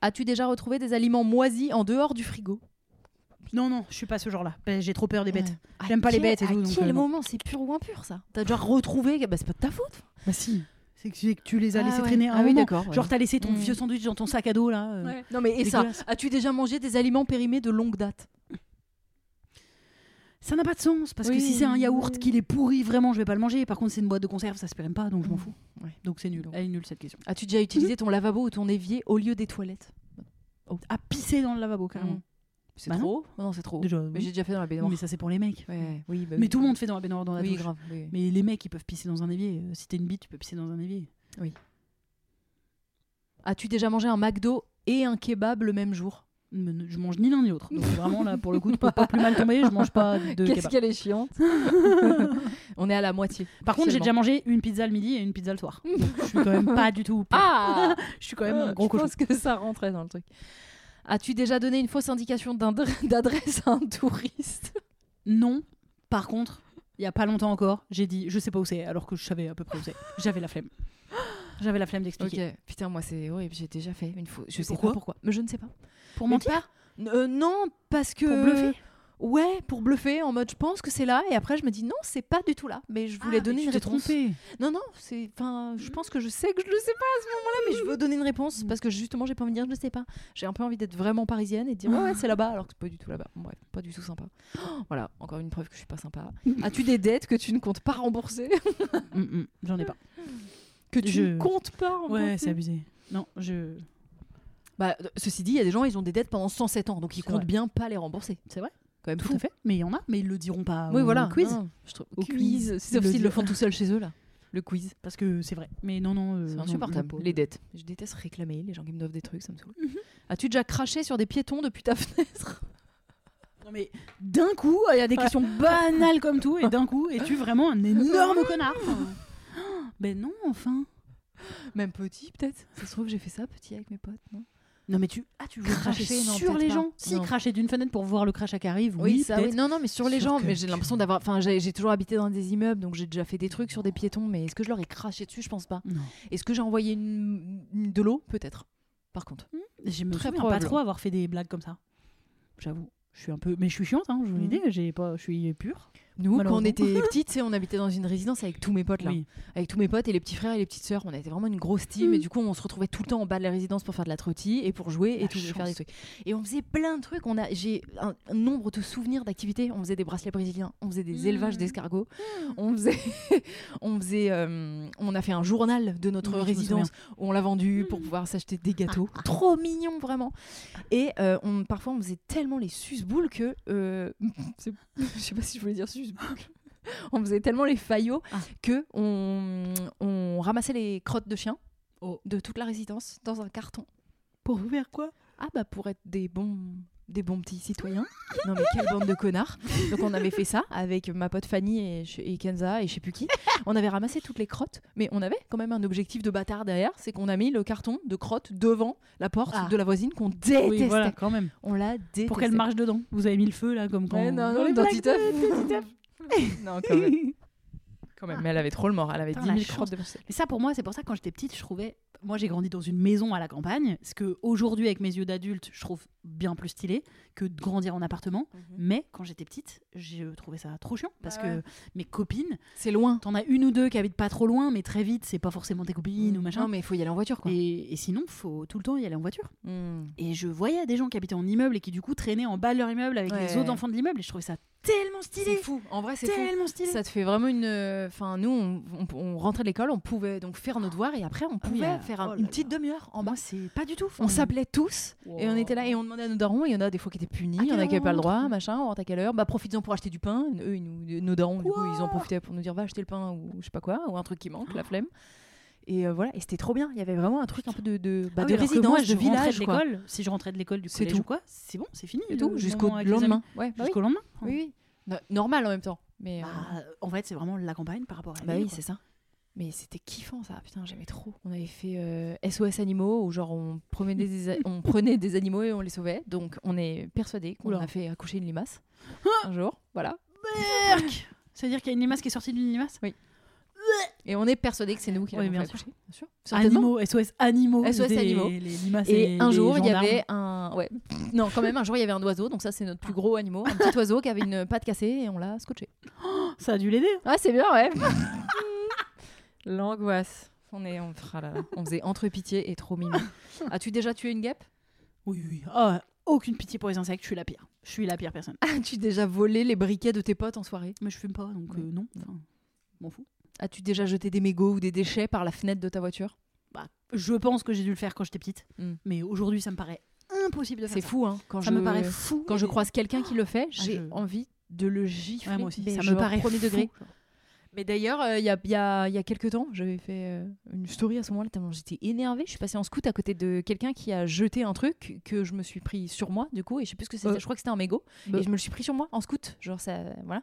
Speaker 1: As-tu déjà retrouvé des aliments moisis en dehors du frigo
Speaker 2: Non, non, je suis pas ce genre-là. Ben, J'ai trop peur des bêtes.
Speaker 1: Euh, À
Speaker 2: J'aime pas les
Speaker 1: quel-
Speaker 2: bêtes et tout,
Speaker 1: À
Speaker 2: donc,
Speaker 1: quel
Speaker 2: euh, non.
Speaker 1: moment c'est pur ou impur ça T'as déjà retrouvé Bah c'est pas de ta faute.
Speaker 2: Bah si, c'est que c'est que tu les as
Speaker 1: Ah
Speaker 2: laissés
Speaker 1: ouais.
Speaker 2: traîner un
Speaker 1: Ah oui,
Speaker 2: moment.
Speaker 1: d'accord, ouais.
Speaker 2: Genre t'as laissé ton
Speaker 1: Mm.
Speaker 2: vieux sandwich dans ton sac à dos là. euh.
Speaker 1: Non mais et ça
Speaker 2: Dégueulasse.
Speaker 1: As-tu déjà mangé des aliments périmés de longue date
Speaker 2: Ça n'a pas de sens parce que
Speaker 1: Oui.
Speaker 2: si c'est un yaourt qu'il est pourri vraiment, je vais pas le manger. Par contre, c'est une boîte de conserve, ça se périme pas, donc je m'en fous.
Speaker 1: Mm. Ouais.
Speaker 2: Donc c'est nul.
Speaker 1: Donc.
Speaker 2: Elle est nulle cette question.
Speaker 1: As-tu déjà utilisé ton lavabo ou ton évier au lieu des toilettes
Speaker 2: À pisser dans le lavabo carrément.
Speaker 1: Mm. C'est
Speaker 2: Bah non.
Speaker 1: trop Non, c'est trop.
Speaker 2: Déjà.
Speaker 1: Mm. Mais
Speaker 2: oui.
Speaker 1: j'ai déjà fait dans la
Speaker 2: Oui,
Speaker 1: baignoire.
Speaker 2: mais ça c'est pour les mecs. Mm.
Speaker 1: Ouais, oui, bah
Speaker 2: Mais
Speaker 1: oui.
Speaker 2: tout le monde fait dans la baignoire dans la
Speaker 1: Oui,
Speaker 2: douche.
Speaker 1: grave. oui, oui.
Speaker 2: Mais les mecs ils peuvent pisser dans un évier. Euh, Si t'es une bite, tu peux pisser dans un évier.
Speaker 1: As-tu déjà mangé un McDo et un kebab le même jour
Speaker 2: Mais ne- je mange ni l'un ni l'autre. Donc vraiment là pour le coup, tu peux pas plus mal tomber. Je mange pas de
Speaker 1: Qu'est-ce
Speaker 2: kebab.
Speaker 1: qu'elle est chiante On est à la moitié.
Speaker 2: Par contre, j'ai
Speaker 1: seulement.
Speaker 2: déjà mangé une pizza le midi et une pizza le soir. Donc, je suis quand même pas du tout. pire.
Speaker 1: Ah
Speaker 2: je suis quand même un
Speaker 1: Je
Speaker 2: gros cochon.
Speaker 1: pense que ça rentrait dans le truc. As-tu déjà donné une fausse indication d'un- d'adresse à un touriste
Speaker 2: Non. Par contre, il y a pas longtemps encore, j'ai dit je sais pas où c'est alors que je savais à peu près où c'est. J'avais la flemme. J'avais la flemme
Speaker 1: Ok.
Speaker 2: d'expliquer.
Speaker 1: Putain, moi c'est horrible, j'ai déjà fait une fausse. Je sais
Speaker 2: pourquoi
Speaker 1: pas pourquoi. Mais je ne sais pas.
Speaker 2: Pour
Speaker 1: Mais
Speaker 2: mentir
Speaker 1: pas- Euh, Non, parce que.
Speaker 2: Pour bluffer
Speaker 1: Ouais, pour bluffer, en mode je pense que c'est là, et après je me dis non, c'est pas du tout là, mais je
Speaker 2: Ah,
Speaker 1: voulais donner une réponse. Non, non, c'est. Enfin, je pense que je sais que je le sais pas à ce moment-là, mais je veux donner une réponse parce que justement, j'ai pas envie de dire je sais pas. J'ai un peu envie d'être vraiment parisienne et de dire ouais, ouais, c'est là-bas alors que c'est pas du tout là-bas. Bon, bref, pas du tout sympa. Oh, voilà, encore une preuve que je suis pas sympa. As-tu des dettes que tu ne comptes pas rembourser
Speaker 2: Mm, mm, J'en ai pas.
Speaker 1: Que tu
Speaker 2: Je-
Speaker 1: ne comptes pas rembourser
Speaker 2: Ouais, c'est abusé. Non, je.
Speaker 1: Bah, euh, ceci dit, il y a des gens, ils ont des dettes pendant 107 ans, donc ils
Speaker 2: C'est
Speaker 1: comptent
Speaker 2: vrai.
Speaker 1: bien pas les rembourser.
Speaker 2: C'est vrai
Speaker 1: Quand même
Speaker 2: Tout
Speaker 1: fou.
Speaker 2: à fait. Mais il y en a, mais ils le diront pas
Speaker 1: Oui,
Speaker 2: au
Speaker 1: voilà.
Speaker 2: quiz.
Speaker 1: Non, je trouve-
Speaker 2: Au
Speaker 1: quiz.
Speaker 2: quiz,
Speaker 1: Sauf
Speaker 2: le-
Speaker 1: s'ils le font tout seuls chez eux, là. Le quiz.
Speaker 2: Parce que c'est vrai. Mais non, non. euh,
Speaker 1: C'est
Speaker 2: non,
Speaker 1: insupportable. Mhm.
Speaker 2: non, pas-
Speaker 1: Les dettes. Je déteste réclamer, les gens qui me doivent des trucs, ça me saoule. As-tu déjà craché sur des piétons depuis ta fenêtre
Speaker 2: Non, mais d'un coup, il y a des questions banales comme tout, et d'un coup, es-tu vraiment un énorme connard Enfin, Ben non, enfin.
Speaker 1: Même petit, peut-être. Ça se trouve, j'ai fait ça petit avec mes potes, non
Speaker 2: Non, mais tu. Ah, tu veux
Speaker 1: Cracher,
Speaker 2: cracher
Speaker 1: non,
Speaker 2: sur
Speaker 1: peut-être
Speaker 2: les
Speaker 1: pas.
Speaker 2: gens Si,
Speaker 1: Non.
Speaker 2: cracher d'une fenêtre pour voir le crash qui arrive, oui,
Speaker 1: ça,
Speaker 2: peut-être.
Speaker 1: oui. Non, non, mais sur les
Speaker 2: Sur
Speaker 1: gens.
Speaker 2: que-
Speaker 1: Mais j'ai l'impression d'avoir. Enfin, j'ai j'ai toujours habité dans des immeubles, donc j'ai déjà fait des trucs sur des piétons. Mais est-ce que je leur ai craché dessus Je pense pas.
Speaker 2: Non.
Speaker 1: Est-ce que j'ai envoyé une... une- de l'eau Peut-être. Par contre.
Speaker 2: Je me
Speaker 1: Très
Speaker 2: souviens pas
Speaker 1: probable.
Speaker 2: trop avoir fait des blagues comme ça. J'avoue. Je suis un peu. Mais je suis chiante, hein, je vous l'ai
Speaker 1: Mm.
Speaker 2: dit, j'ai pas... je suis pure.
Speaker 1: Nous, quand on
Speaker 2: Malheureusement.
Speaker 1: était petites, tu sais, on habitait dans une résidence avec tous mes potes là,
Speaker 2: Oui.
Speaker 1: avec tous mes potes et les petits frères et les petites sœurs. On était vraiment une grosse team et
Speaker 2: Mm.
Speaker 1: du coup, on se retrouvait tout le temps en bas de la résidence pour faire de la trottie et pour jouer
Speaker 2: La
Speaker 1: et tout,
Speaker 2: chance.
Speaker 1: faire des trucs. Et on faisait plein de trucs. On a, j'ai un, un nombre de souvenirs d'activités. On faisait des bracelets brésiliens, on faisait des
Speaker 2: Mm.
Speaker 1: élevages d'escargots, on faisait, on faisait, euh, on a fait un journal de notre
Speaker 2: Oui, je me Mmh. Ah,
Speaker 1: résidence où on l'a vendu pour pouvoir s'acheter des gâteaux. Trop mignon vraiment. Et euh, on, parfois, on faisait tellement les susboules que euh, c'est- je sais pas si je voulais dire susboules on faisait tellement les faillots
Speaker 2: Ah.
Speaker 1: que on, on ramassait les crottes de chiens
Speaker 2: Oh.
Speaker 1: de toute la résidence dans un carton.
Speaker 2: Pour faire quoi
Speaker 1: Ah bah pour être des bons des bons petits citoyens. Non mais quelle bande de connards. Donc on avait fait ça avec ma pote Fanny et, je- et Kenza et je sais plus qui. On avait ramassé toutes les crottes, mais on avait quand même un objectif de bâtard derrière, c'est qu'on a mis le carton de crottes devant la porte
Speaker 2: Ah.
Speaker 1: de la voisine qu'on détestait.
Speaker 2: Oui, voilà, quand même.
Speaker 1: On la détestait.
Speaker 2: Pour qu'elle marche dedans. Vous avez mis le feu là, comme quand.
Speaker 1: Ouais, non,
Speaker 2: Oh,
Speaker 1: non,
Speaker 2: les
Speaker 1: dans
Speaker 2: blagues
Speaker 1: Titeuf.
Speaker 2: de Titeuf.
Speaker 1: Non quand même. Quand même, mais elle avait trop le mort, elle avait
Speaker 2: Putain,
Speaker 1: 10
Speaker 2: la
Speaker 1: 000
Speaker 2: chance.
Speaker 1: crottes de Marseille.
Speaker 2: Mais ça, pour moi, c'est pour ça que quand j'étais petite, je trouvais. Moi, j'ai grandi dans une maison à la campagne, ce que aujourd'hui, avec mes yeux d'adulte, je trouve bien plus stylé que de grandir en appartement. Mais quand j'étais petite, j'ai trouvé ça trop chiant parce
Speaker 1: Bah
Speaker 2: que
Speaker 1: ouais.
Speaker 2: mes copines,
Speaker 1: C'est loin.
Speaker 2: t'en as une ou deux qui habitent pas trop loin, mais très vite, c'est pas forcément tes copines ou machin.
Speaker 1: Mm. Non, mais il faut y aller en voiture, quoi.
Speaker 2: Et, et sinon, faut tout le temps y aller en voiture.
Speaker 1: Mm.
Speaker 2: Et je voyais des gens qui habitaient en immeuble et qui du coup traînaient en bas de leur immeuble avec les
Speaker 1: Ouais.
Speaker 2: autres enfants de l'immeuble. Et je trouvais ça tellement
Speaker 1: C'est
Speaker 2: stylé,
Speaker 1: fou. En vrai, c'est fou.
Speaker 2: tellement stylé.
Speaker 1: Ça te fait vraiment une. euh, Enfin, nous, on, on- on rentrait de l'école, on pouvait donc faire nos devoirs et après, on
Speaker 2: Ah,
Speaker 1: pouvait
Speaker 2: mais, euh,
Speaker 1: faire un-
Speaker 2: oh là
Speaker 1: une petite
Speaker 2: là.
Speaker 1: demi-heure en bas.
Speaker 2: Moi, c'est pas du tout.
Speaker 1: On s'appelait tous et on était là et on demandait à nos darons. Il y en a des fois qui étaient punis, il y en
Speaker 2: quelle
Speaker 1: a qui n'avaient pas le
Speaker 2: heure on
Speaker 1: droit,
Speaker 2: rentre
Speaker 1: machin, on rentre à quelle heure Bah, profites-en pour acheter du pain. Eux, ils nous, euh, nos darons, du coup, ils en
Speaker 2: Quoi Oh.
Speaker 1: profitaient pour nous dire va acheter le pain ou je sais pas quoi, ou un truc qui manque, la flemme. Et euh, voilà, et c'était trop bien. Il y avait vraiment un truc un peu de, de, bah,
Speaker 2: Ah
Speaker 1: de
Speaker 2: oui, alors que moi,
Speaker 1: résidence,
Speaker 2: je
Speaker 1: de
Speaker 2: rentrais
Speaker 1: village,
Speaker 2: de
Speaker 1: quoi.
Speaker 2: l'école. Si je rentrais de l'école du
Speaker 1: C'est
Speaker 2: collège
Speaker 1: tout.
Speaker 2: ou quoi, c'est bon, c'est fini.
Speaker 1: Et
Speaker 2: le
Speaker 1: tout, jusqu'au
Speaker 2: moment avec les amis.
Speaker 1: lendemain. Ouais, bah oui.
Speaker 2: Jusqu'au lendemain.
Speaker 1: Oui, oui. No- Normal en même temps. Mais, euh,
Speaker 2: Bah, en fait, c'est vraiment la campagne par rapport à la
Speaker 1: Bah
Speaker 2: ville,
Speaker 1: oui,
Speaker 2: quoi.
Speaker 1: c'est ça. Mais c'était kiffant ça, putain, j'aimais trop. On avait fait euh, SOS animaux où genre on, promenait des a- on prenait des animaux et on les sauvait. Donc on est persuadé qu'on
Speaker 2: Oula.
Speaker 1: a fait accoucher une limace un jour, voilà.
Speaker 2: C'est-à-dire qu'il y a une limace qui est sortie d'une limace
Speaker 1: Et on est persuadé que c'est nous qui
Speaker 2: Oui,
Speaker 1: l'avons
Speaker 2: bien
Speaker 1: fait
Speaker 2: sûr.
Speaker 1: accoucher, bien sûr. Certainement.
Speaker 2: Animaux, SOS animaux.
Speaker 1: SOS
Speaker 2: des-
Speaker 1: animaux.
Speaker 2: Les limaces
Speaker 1: Et
Speaker 2: et
Speaker 1: un
Speaker 2: les
Speaker 1: jour, il y
Speaker 2: gendarmes.
Speaker 1: avait un ouais. Non, quand même un jour il y avait un oiseau, donc ça c'est notre plus gros animal, un petit oiseau qui avait une patte cassée et on l'a scotché.
Speaker 2: Ça a dû l'aider. hein.
Speaker 1: Ouais, c'est bien, ouais. L'angoisse. On est on... ah là là. on faisait entre pitié et trop mignon. As-tu déjà tué une guêpe
Speaker 2: Oui, oui. Ah, aucune pitié pour les insectes, je suis la pire. Je suis la pire personne.
Speaker 1: As-tu déjà volé les briquets de tes potes en soirée
Speaker 2: Mais je fume pas, donc
Speaker 1: Oui.
Speaker 2: euh, non. Enfin, m'en fous.
Speaker 1: As-tu déjà jeté des mégots ou des déchets par la fenêtre de ta voiture
Speaker 2: Bah, je pense que j'ai dû le faire quand j'étais petite,
Speaker 1: Mm.
Speaker 2: mais aujourd'hui, ça me paraît impossible de faire
Speaker 1: C'est
Speaker 2: ça.
Speaker 1: fou, hein quand
Speaker 2: Ça
Speaker 1: je...
Speaker 2: me paraît fou.
Speaker 1: Quand je
Speaker 2: Et-
Speaker 1: croise quelqu'un qui le fait, j'ai
Speaker 2: je-
Speaker 1: envie de le gifler.
Speaker 2: Ouais, moi aussi,
Speaker 1: mais
Speaker 2: ça
Speaker 1: genre
Speaker 2: me paraît
Speaker 1: premier
Speaker 2: fou.
Speaker 1: degré. Mais d'ailleurs, euh, il y, a, il y a- il y a quelques temps, j'avais fait euh, une story à ce moment-là, tellement j'étais énervée. Je suis passée en scout à côté de quelqu'un qui a jeté un truc que je me suis pris sur moi, du coup, et je sais plus ce que c'était,
Speaker 2: Euh.
Speaker 1: je crois que c'était un mégot.
Speaker 2: Euh.
Speaker 1: Et je me le suis pris sur moi en scout, genre ça, voilà.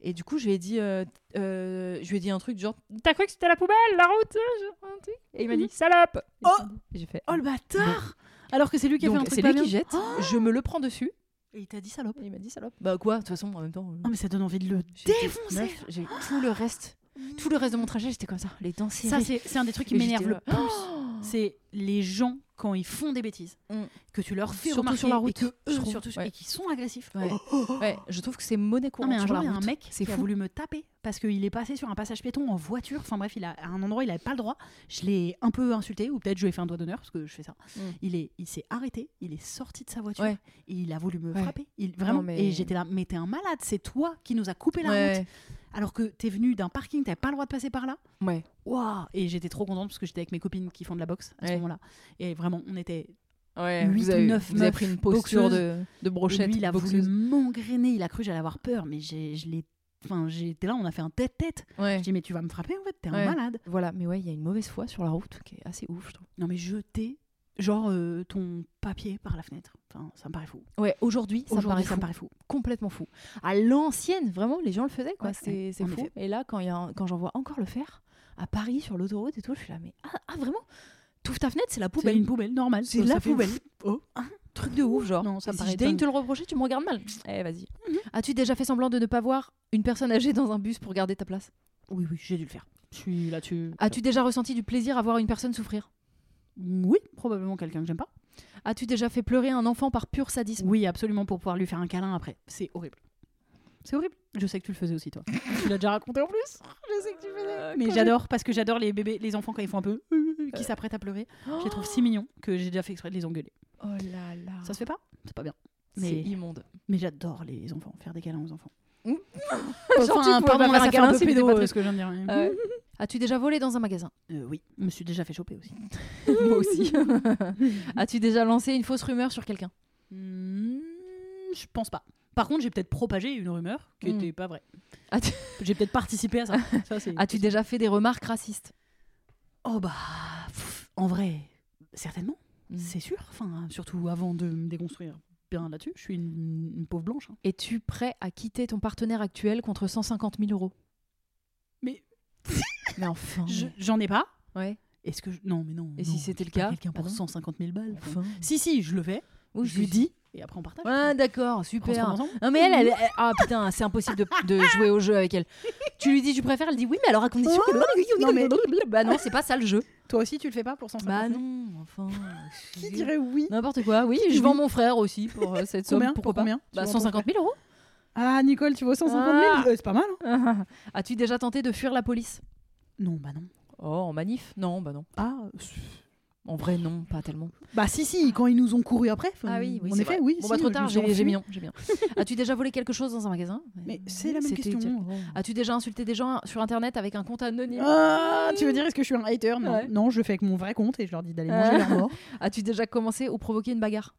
Speaker 1: Et du coup, je lui ai dit, euh, euh, je lui ai dit un truc du genre, t'as cru que c'était la poubelle, la route euh, un truc Et il m'a dit, salope Et
Speaker 2: Oh
Speaker 1: J'ai fait,
Speaker 2: Oh le bâtard Alors que c'est lui qui a fait un
Speaker 1: donc
Speaker 2: truc
Speaker 1: c'est
Speaker 2: pas
Speaker 1: lui qui
Speaker 2: bien.
Speaker 1: jette,
Speaker 2: Oh
Speaker 1: je me le prends dessus,
Speaker 2: Et il t'a dit salope.
Speaker 1: et il m'a dit, salope. Bah quoi, de toute façon, en même temps. euh,
Speaker 2: Non mais ça donne envie de le
Speaker 1: J'étais
Speaker 2: défoncer.
Speaker 1: meuf, J'ai tout le reste, tout le reste de mon trajet, j'étais comme ça, les dents
Speaker 2: Ça
Speaker 1: serrées.
Speaker 2: c'est Oh. c'est un des trucs qui
Speaker 1: Et j'étais
Speaker 2: m'énerve le
Speaker 1: là,
Speaker 2: plus. C'est les gens quand ils font des bêtises
Speaker 1: Mm.
Speaker 2: que tu leur fais
Speaker 1: Surtout
Speaker 2: remarquer
Speaker 1: sur la
Speaker 2: et
Speaker 1: route,
Speaker 2: que eux,
Speaker 1: je trouve.
Speaker 2: surtout-
Speaker 1: Ouais.
Speaker 2: et qui sont agressifs.
Speaker 1: Ouais. Ouais, je trouve que c'est monnaie
Speaker 2: Non Oh.
Speaker 1: courante
Speaker 2: Ah, mais un
Speaker 1: sur
Speaker 2: jour
Speaker 1: la
Speaker 2: il y a un
Speaker 1: route.
Speaker 2: mec
Speaker 1: c'est
Speaker 2: qui a
Speaker 1: fou.
Speaker 2: voulu me taper parce qu'il est passé sur un passage piéton en voiture. Enfin bref, il a à un endroit il avait pas le droit. Je l'ai un peu insulté ou peut-être je lui ai fait un doigt d'honneur parce que je fais ça.
Speaker 1: Mm.
Speaker 2: Il est il s'est arrêté, il est sorti de sa voiture
Speaker 1: Ouais.
Speaker 2: et il a voulu me
Speaker 1: Ouais.
Speaker 2: frapper. Il vraiment
Speaker 1: mais-
Speaker 2: et j'étais là mais t'es un malade, c'est toi qui nous a coupé la route
Speaker 1: Ouais,
Speaker 2: alors que t'es venu d'un parking, t'avais pas le droit de passer par là.
Speaker 1: ouais.
Speaker 2: Waouh Et j'étais trop contente parce que j'étais avec mes copines qui font de la boxe à ce
Speaker 1: Ouais.
Speaker 2: moment-là. Et vraiment, on était.
Speaker 1: Ouais,
Speaker 2: Huit
Speaker 1: vous
Speaker 2: ou
Speaker 1: avez,
Speaker 2: neuf
Speaker 1: vous avez
Speaker 2: meufs
Speaker 1: pris une posture de, de
Speaker 2: Et
Speaker 1: brochette.
Speaker 2: lui, il a voulu
Speaker 1: boxeuse.
Speaker 2: m'engrainer, il a cru que j'allais avoir peur, mais j'ai, je l'ai. Enfin, j'étais là, on a fait un tête-tête.
Speaker 1: Ouais.
Speaker 2: Je dis, mais tu vas me frapper en fait, t'es un
Speaker 1: Ouais.
Speaker 2: malade.
Speaker 1: Voilà, mais ouais, il y a une mauvaise foi sur la route qui est assez ouf, je trouve.
Speaker 2: Non, mais je t'ai Genre euh, ton papier par la fenêtre. Enfin, ça me paraît fou.
Speaker 1: Ouais, aujourd'hui, ça, me
Speaker 2: Aujourd'hui,
Speaker 1: paraît
Speaker 2: ça
Speaker 1: fou.
Speaker 2: me paraît fou.
Speaker 1: complètement fou. À l'ancienne, vraiment, les gens le faisaient, quoi.
Speaker 2: Ouais,
Speaker 1: c'est
Speaker 2: ouais,
Speaker 1: c'est
Speaker 2: en
Speaker 1: fou.
Speaker 2: effet.
Speaker 1: Et là, quand, il y a un- quand j'en vois encore le faire, à Paris, sur l'autoroute et tout, je suis là, mais ah, ah, vraiment T'ouvres ta fenêtre, c'est la
Speaker 2: C'est
Speaker 1: poubelle.
Speaker 2: une poubelle normale.
Speaker 1: C'est
Speaker 2: ça-
Speaker 1: la
Speaker 2: ça fait-
Speaker 1: poubelle.
Speaker 2: Oh.
Speaker 1: Truc de ouf, genre.
Speaker 2: Non, ça me
Speaker 1: si
Speaker 2: paraît
Speaker 1: je daigne
Speaker 2: dingue.
Speaker 1: te le reprocher, tu me regardes mal. Eh, vas-y. As-tu déjà fait semblant de ne pas voir une personne âgée dans un bus pour garder ta place
Speaker 2: Oui, oui, j'ai dû le faire. Je suis là-dessus.
Speaker 1: As-tu déjà ressenti du plaisir à voir une personne souffrir
Speaker 2: Oui, probablement quelqu'un que j'aime pas.
Speaker 1: As-tu déjà fait pleurer un enfant par pur sadisme
Speaker 2: Oui, absolument, pour pouvoir lui faire un câlin après. C'est horrible. C'est horrible. Je sais que tu le faisais aussi, toi. tu l'as déjà raconté en plus. Je sais que tu
Speaker 1: Euh,
Speaker 2: faisais. Mais j'adore, parce que j'adore les bébés, les enfants quand ils font un peu. euh, qui s'apprêtent à pleurer. Je les trouve si mignons que j'ai déjà fait exprès de les engueuler.
Speaker 1: Oh là là.
Speaker 2: Ça se fait pas C'est pas bien.
Speaker 1: C'est
Speaker 2: Mais,
Speaker 1: immonde.
Speaker 2: mais j'adore les enfants, faire des câlins aux enfants.
Speaker 1: Ouh. Genre, tu
Speaker 2: enfin,
Speaker 1: pouvais
Speaker 2: pardon,
Speaker 1: pas
Speaker 2: là,
Speaker 1: faire un
Speaker 2: ça fait
Speaker 1: câlin
Speaker 2: un peu
Speaker 1: si t'étais
Speaker 2: pédo,
Speaker 1: pas
Speaker 2: euh,
Speaker 1: très-
Speaker 2: ce que je viens de dire.
Speaker 1: Euh, As-tu déjà volé dans un magasin
Speaker 2: Euh, oui, je me suis déjà fait choper aussi.
Speaker 1: Moi aussi. As-tu déjà lancé une fausse rumeur sur quelqu'un
Speaker 2: Hmm, je pense pas. Par contre, j'ai peut-être propagé une rumeur qui
Speaker 1: Mm.
Speaker 2: n'était pas vraie.
Speaker 1: As-tu
Speaker 2: J'ai peut-être participé à ça. Ça, c'est-
Speaker 1: as-tu déjà fait des remarques racistes
Speaker 2: Oh bah, pff, en vrai, certainement,
Speaker 1: Mm.
Speaker 2: c'est sûr. Enfin, surtout avant de me déconstruire bien là-dessus, je suis une, une pauvre blanche. hein.
Speaker 1: Es-tu prêt à quitter ton partenaire actuel contre 150 000 euros
Speaker 2: Mais-
Speaker 1: mais enfin.
Speaker 2: Je- J'en ai pas.
Speaker 1: Ouais.
Speaker 2: Est-ce que je- non, mais non.
Speaker 1: Et
Speaker 2: non,
Speaker 1: si c'était
Speaker 2: je suis
Speaker 1: le
Speaker 2: pas
Speaker 1: cas Bah,
Speaker 2: quelqu'un pour
Speaker 1: Pardon
Speaker 2: 150 000 balles. enfin.
Speaker 1: Enfin.
Speaker 2: Si si, je le fais.
Speaker 1: Oui,
Speaker 2: je lui
Speaker 1: si.
Speaker 2: dis et après on partage.
Speaker 1: Ouais, d'accord,
Speaker 2: On se retrouve
Speaker 1: super.
Speaker 2: ensemble.
Speaker 1: Non mais elle, elle, elle- ah putain, c'est impossible de, de jouer au jeu avec elle. Tu lui dis tu préfères, elle dit oui, mais alors à condition que.
Speaker 2: Non, mais-
Speaker 1: Bah non, c'est pas ça le jeu.
Speaker 2: Toi aussi, tu le fais pas pour 150
Speaker 1: Bah
Speaker 2: 000
Speaker 1: non, enfin.
Speaker 2: Qui dirait oui
Speaker 1: N'importe quoi. Oui, je vends mon frère aussi pour euh, cette somme.
Speaker 2: Combien
Speaker 1: pourquoi
Speaker 2: Pour combien
Speaker 1: pas Bah
Speaker 2: Tu vends ton
Speaker 1: 150 000 euros.
Speaker 2: Ah Nicole, tu vois 150 000
Speaker 1: Ah.
Speaker 2: Euh, C'est pas mal. hein.
Speaker 1: As-tu déjà tenté de fuir la police
Speaker 2: Non, bah non.
Speaker 1: Oh, en manif Non, bah non.
Speaker 2: Ah.
Speaker 1: En vrai, non, pas tellement.
Speaker 2: Bah si si, quand ils nous ont couru après. enfin, En
Speaker 1: Ah c'est
Speaker 2: effet,
Speaker 1: vrai.
Speaker 2: Ah oui.
Speaker 1: Bon,
Speaker 2: si,
Speaker 1: bah,
Speaker 2: je
Speaker 1: trop
Speaker 2: me
Speaker 1: tard,
Speaker 2: suis
Speaker 1: j'ai j'ai
Speaker 2: enfuie.
Speaker 1: bien. j'ai bien. As-tu déjà volé quelque chose dans un magasin
Speaker 2: Mais c'est la même
Speaker 1: C'était Ah,
Speaker 2: question.
Speaker 1: direct. As-tu déjà insulté des gens sur internet avec un compte anonyme
Speaker 2: Ah, tu veux dire est-ce que je suis un hater non.
Speaker 1: Ouais.
Speaker 2: non, je le fais avec mon vrai compte et je leur dis d'aller
Speaker 1: Ah.
Speaker 2: manger leur mort.
Speaker 1: As-tu déjà commencé ou provoqué une bagarre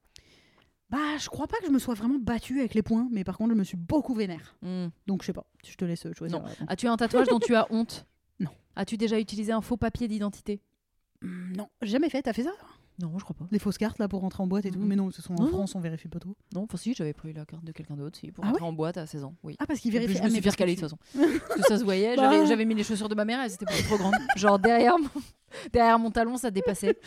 Speaker 2: Bah, je crois pas que je me sois vraiment battue avec les points, mais par contre, je me suis beaucoup vénère. Donc, je sais pas, je te laisse choisir.
Speaker 1: Non.
Speaker 2: euh, ton-
Speaker 1: Hmm. As-tu un tatouage dont tu as honte
Speaker 2: Non.
Speaker 1: As-tu déjà utilisé un faux papier d'identité
Speaker 2: Hmm, non, jamais fait, t'as fait ça
Speaker 1: Non, je crois pas.
Speaker 2: Les fausses cartes là pour rentrer en boîte et tout,
Speaker 1: Mhm.
Speaker 2: mais non, ce sont en
Speaker 1: Non.
Speaker 2: France, on vérifie pas tout.
Speaker 1: Non, enfin si, j'avais pris la carte de quelqu'un d'autre si, pour
Speaker 2: Ah
Speaker 1: rentrer en boîte à 16 ans. Oui.
Speaker 2: Ah, parce qu'ils
Speaker 1: Et puis,
Speaker 2: vérifient.
Speaker 1: je me suis fait recaler de toute façon. Parce que ça se voyait, j'avais-
Speaker 2: Bah.
Speaker 1: j'avais mis les chaussures de ma mère, elles étaient beaucoup trop grandes. Genre derrière mon, derrière mon talon, ça dépassait.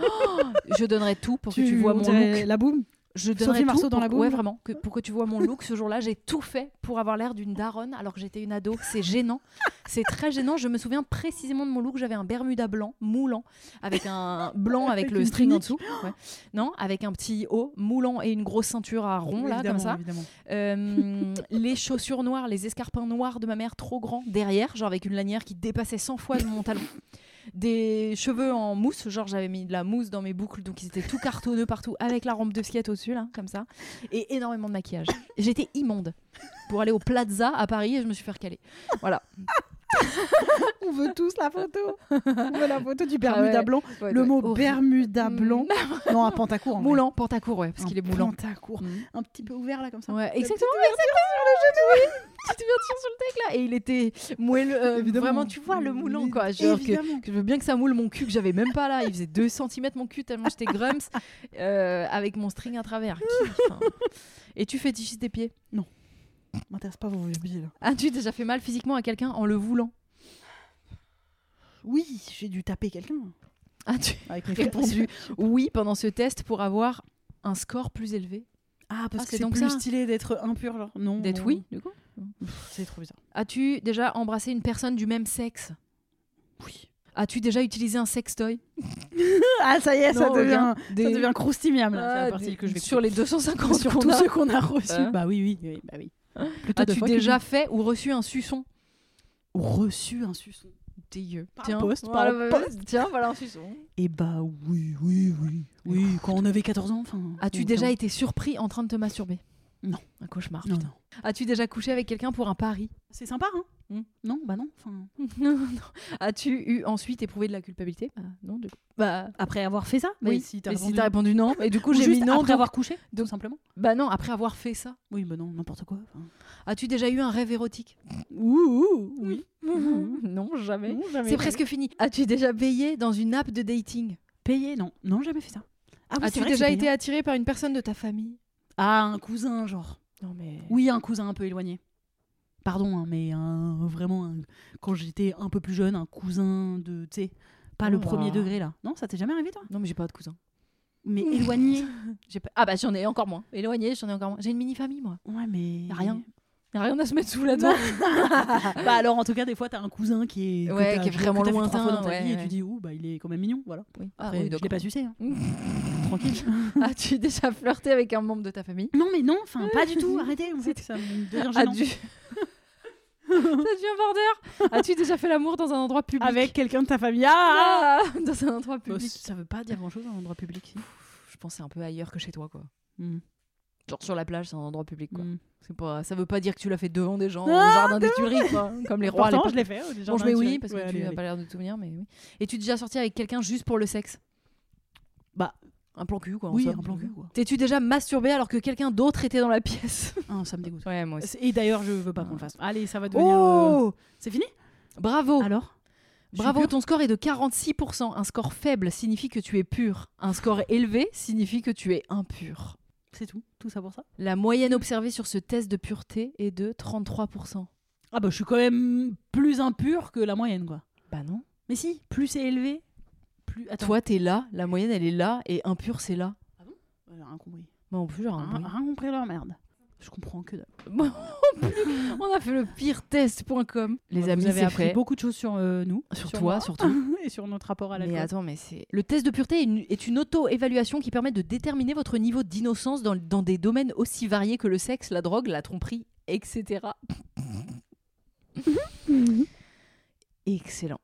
Speaker 1: Oh, je donnerais tout pour que tu vois mon look.
Speaker 2: La boum
Speaker 1: Je
Speaker 2: Sophie
Speaker 1: donnerais
Speaker 2: Marceau
Speaker 1: tout
Speaker 2: dans
Speaker 1: pour-
Speaker 2: la boule.
Speaker 1: Ouais, vraiment. Que, pour que tu vois mon look ce jour-là, j'ai tout fait pour avoir l'air d'une daronne alors que j'étais une ado. C'est gênant. C'est très gênant. Je me souviens précisément de mon look. J'avais un Bermuda blanc, moulant, avec un blanc avec,
Speaker 2: Avec
Speaker 1: le
Speaker 2: une
Speaker 1: string en dessous.
Speaker 2: tunique.
Speaker 1: Ouais. Non, avec un petit haut moulant et une grosse ceinture à rond, là, comme ça.
Speaker 2: Évidemment.
Speaker 1: Euh, les chaussures noires, les escarpins noirs de ma mère trop grands derrière, genre avec une lanière qui dépassait 100 fois de mon talon. Des cheveux en mousse, genre j'avais mis de la mousse dans mes boucles, donc ils étaient tout cartonneux partout, avec la rampe de skate au-dessus, là, comme ça, et énormément de maquillage. J'étais immonde. Pour aller au Plaza à Paris, et je me suis fait recaler. Voilà.
Speaker 2: On veut tous la photo. on veut la photo du
Speaker 1: Ah
Speaker 2: Bermuda
Speaker 1: ouais.
Speaker 2: blanc.
Speaker 1: Ouais,
Speaker 2: le
Speaker 1: ouais,
Speaker 2: mot
Speaker 1: horrible. Mm.
Speaker 2: Bermuda blanc. non, à Pantacourt. en vrai.
Speaker 1: Moulant, pantacourt, ouais, parce
Speaker 2: Un
Speaker 1: qu'il est moulant.
Speaker 2: Pantacourt.
Speaker 1: Mhm.
Speaker 2: Un petit peu ouvert là comme ça.
Speaker 1: Ouais,
Speaker 2: La
Speaker 1: exactement,
Speaker 2: petite
Speaker 1: Tu te ouverture sur le tech là, et il était moelleux, euh,
Speaker 2: Évidemment.
Speaker 1: vraiment, tu vois, le moulant,
Speaker 2: Mais
Speaker 1: quoi. Genre que-
Speaker 2: évidemment.
Speaker 1: que je veux bien que ça moule mon cul que j'avais même pas là. Il faisait 2 cm mon cul tellement j'étais grumps euh, avec mon string à travers. Qui- enfin. Et tu fétichistes tes pieds.
Speaker 2: M'intéresse pas vos biais là.
Speaker 1: As-tu déjà fait mal physiquement à quelqu'un en le voulant
Speaker 2: Oui, j'ai dû taper quelqu'un.
Speaker 1: As-tu
Speaker 2: Avec mes
Speaker 1: répondu Ah, oui pendant ce test pour avoir un score plus élevé
Speaker 2: Ah, parce
Speaker 1: Ah,
Speaker 2: que
Speaker 1: c'est
Speaker 2: c'est
Speaker 1: donc
Speaker 2: plus
Speaker 1: ça.
Speaker 2: stylé d'être impur, genre. Non.
Speaker 1: D'être
Speaker 2: non,
Speaker 1: oui, du coup
Speaker 2: non. C'est trop bizarre.
Speaker 1: As-tu déjà embrassé une personne du même sexe
Speaker 2: Oui.
Speaker 1: As-tu déjà utilisé un sextoy
Speaker 2: Ah, ça y est, ça
Speaker 1: Non,
Speaker 2: devient,
Speaker 1: aucun.
Speaker 2: ça
Speaker 1: Des-
Speaker 2: devient croustillable. là. c'est
Speaker 1: Ah,
Speaker 2: la partie
Speaker 1: des-
Speaker 2: que je vais
Speaker 1: Sur les 250
Speaker 2: sur
Speaker 1: qu'on
Speaker 2: tous
Speaker 1: a.
Speaker 2: ceux qu'on a reçus.
Speaker 1: Hein
Speaker 2: Bah oui, oui, oui, bah oui. Plutôt deux
Speaker 1: As-tu
Speaker 2: fois que
Speaker 1: déjà fait ou reçu un suçon
Speaker 2: une. reçu un suçon
Speaker 1: Dégueu.
Speaker 2: Par
Speaker 1: Tiens,
Speaker 2: poste, par
Speaker 1: voilà,
Speaker 2: la
Speaker 1: voilà, tiens, voilà un suçon.
Speaker 2: Eh bah oui, oui, oui, oui. Quand on avait 14 ans, enfin.
Speaker 1: As-tu
Speaker 2: ou
Speaker 1: déjà
Speaker 2: 15.
Speaker 1: été surpris en train de te masturber
Speaker 2: Non.
Speaker 1: Un cauchemar.
Speaker 2: Non,
Speaker 1: putain.
Speaker 2: non.
Speaker 1: As-tu déjà couché avec quelqu'un pour un pari
Speaker 2: C'est sympa, hein
Speaker 1: Hmm.
Speaker 2: Non, bah non. Enfin.
Speaker 1: Non, non. As-tu eu ensuite éprouvé de la culpabilité Bah non, du coup. Bah
Speaker 2: Après avoir fait ça, mais
Speaker 1: oui.
Speaker 2: si t'as
Speaker 1: Mais
Speaker 2: répondu.
Speaker 1: si t'as répondu non, et du coup
Speaker 2: Ou
Speaker 1: j'ai
Speaker 2: juste
Speaker 1: mis non.
Speaker 2: après
Speaker 1: donc-
Speaker 2: avoir couché, tout
Speaker 1: donc-
Speaker 2: simplement.
Speaker 1: Bah non, après avoir fait ça.
Speaker 2: Oui, bah non, n'importe quoi. enfin.
Speaker 1: As-tu déjà eu un rêve érotique
Speaker 2: Ouh, oui.
Speaker 1: Non, jamais. C'est presque fini. As-tu déjà veillé dans une app de dating
Speaker 2: Payer, non, non, jamais fait ça. Ah oui, c'est
Speaker 1: As-tu
Speaker 2: vrai que
Speaker 1: déjà
Speaker 2: c'est
Speaker 1: été
Speaker 2: payé.
Speaker 1: attiré par une personne de ta famille
Speaker 2: Ah, un cousin, genre.
Speaker 1: Non, mais.
Speaker 2: Oui, un cousin un peu éloigné. Pardon, hein, mais un- vraiment, un- quand j'étais un peu plus jeune, un cousin de. Tu sais, pas le
Speaker 1: Oh,
Speaker 2: premier
Speaker 1: bah.
Speaker 2: degré là. Non, ça t'est jamais arrivé toi
Speaker 1: Non, mais j'ai pas de cousin.
Speaker 2: Mais éloigné.
Speaker 1: J'ai pas- Ah, bah j'en ai encore moins. Éloigné, j'en ai encore moins. J'ai une mini-famille, moi.
Speaker 2: Ouais, mais.
Speaker 1: Y a rien. Y a rien à se mettre sous la dent.
Speaker 2: bah alors, en tout cas, des fois, t'as un cousin qui est. que
Speaker 1: Ouais,
Speaker 2: t'as-
Speaker 1: qui est vraiment
Speaker 2: que t'as vu trois fois
Speaker 1: lointain,
Speaker 2: dans ta
Speaker 1: ouais,
Speaker 2: vie, Et
Speaker 1: ouais. Ah,
Speaker 2: tu dis, ouh, bah il est quand même mignon, voilà.
Speaker 1: Oui.
Speaker 2: Après, je l'ai pas sucé. hein. Tranquille.
Speaker 1: As-tu Ah, déjà flirté avec un membre de ta famille
Speaker 2: Non, mais non, enfin, pas du tout. Arrêtez, en fait, ça me devient gênant.
Speaker 1: As-tu- Ça devient border. As-tu déjà fait l'amour dans un endroit public
Speaker 2: Avec quelqu'un de ta famille. Ah
Speaker 1: Ah, dans un endroit
Speaker 2: Bah,
Speaker 1: public.
Speaker 2: ça veut pas dire grand chose un endroit public. si.
Speaker 1: Je pensais un peu ailleurs que chez toi, quoi.
Speaker 2: Mm.
Speaker 1: Genre sur la plage, c'est un endroit public, quoi.
Speaker 2: Mm.
Speaker 1: C'est pas, ça veut pas dire que tu l'as fait devant des gens
Speaker 2: Ah,
Speaker 1: au jardin des Tuileries, quoi. Comme les rois. à
Speaker 2: Pourtant,
Speaker 1: l'époque.
Speaker 2: je l'ai fait. euh, déjà,
Speaker 1: Bon,
Speaker 2: on
Speaker 1: je
Speaker 2: a
Speaker 1: mets
Speaker 2: un
Speaker 1: oui
Speaker 2: petit-
Speaker 1: parce
Speaker 2: Ouais,
Speaker 1: que
Speaker 2: allez,
Speaker 1: tu n'as
Speaker 2: allez.
Speaker 1: pas l'air de te souvenir, mais oui. Et tu es déjà sorti avec quelqu'un juste pour le sexe
Speaker 2: Bah,
Speaker 1: Un plan cul, quoi. en
Speaker 2: oui,
Speaker 1: somme.
Speaker 2: un plan cul, quoi.
Speaker 1: T'es-tu déjà masturbé alors que quelqu'un d'autre était dans la pièce
Speaker 2: Ah, ça me dégoûte. Ah.
Speaker 1: Ouais, moi
Speaker 2: Et d'ailleurs, je veux pas qu'on le fasse. Allez, ça va devenir. euh,
Speaker 1: Oh
Speaker 2: C'est fini
Speaker 1: Bravo
Speaker 2: Alors Oh. Je suis
Speaker 1: Bravo,
Speaker 2: pure.
Speaker 1: ton score est de 46%. Un score faible signifie que tu es pur. Un score élevé signifie que tu es impur.
Speaker 2: C'est tout. Tout ça pour ça
Speaker 1: La moyenne observée sur ce test de pureté est de 33%.
Speaker 2: Ah, bah, je suis quand même plus impure que la moyenne, quoi.
Speaker 1: Bah non.
Speaker 2: Mais si, plus c'est élevé, plus. Attends.
Speaker 1: Toi, t'es là, la moyenne, elle est là, et impur, c'est là.
Speaker 2: Euh, Rien compris.
Speaker 1: Bah en plus, j'ai rien
Speaker 2: Rien,
Speaker 1: compris.
Speaker 2: rien compris leur merde. Je comprends que. dalle.
Speaker 1: Bon, en plus, on a fait le pire test.com. Les
Speaker 2: Vous
Speaker 1: amis,
Speaker 2: avez
Speaker 1: c'est
Speaker 2: appris
Speaker 1: fait.
Speaker 2: beaucoup de choses sur euh, nous.
Speaker 1: Sur
Speaker 2: moi.
Speaker 1: toi, surtout.
Speaker 2: Et sur notre rapport à
Speaker 1: Mais
Speaker 2: l'alcool.
Speaker 1: attends, mais c'est. Le test de pureté est une, est une auto-évaluation qui permet de déterminer votre niveau d'innocence dans, dans des domaines aussi variés que le sexe, la drogue, la tromperie, etc. Excellent.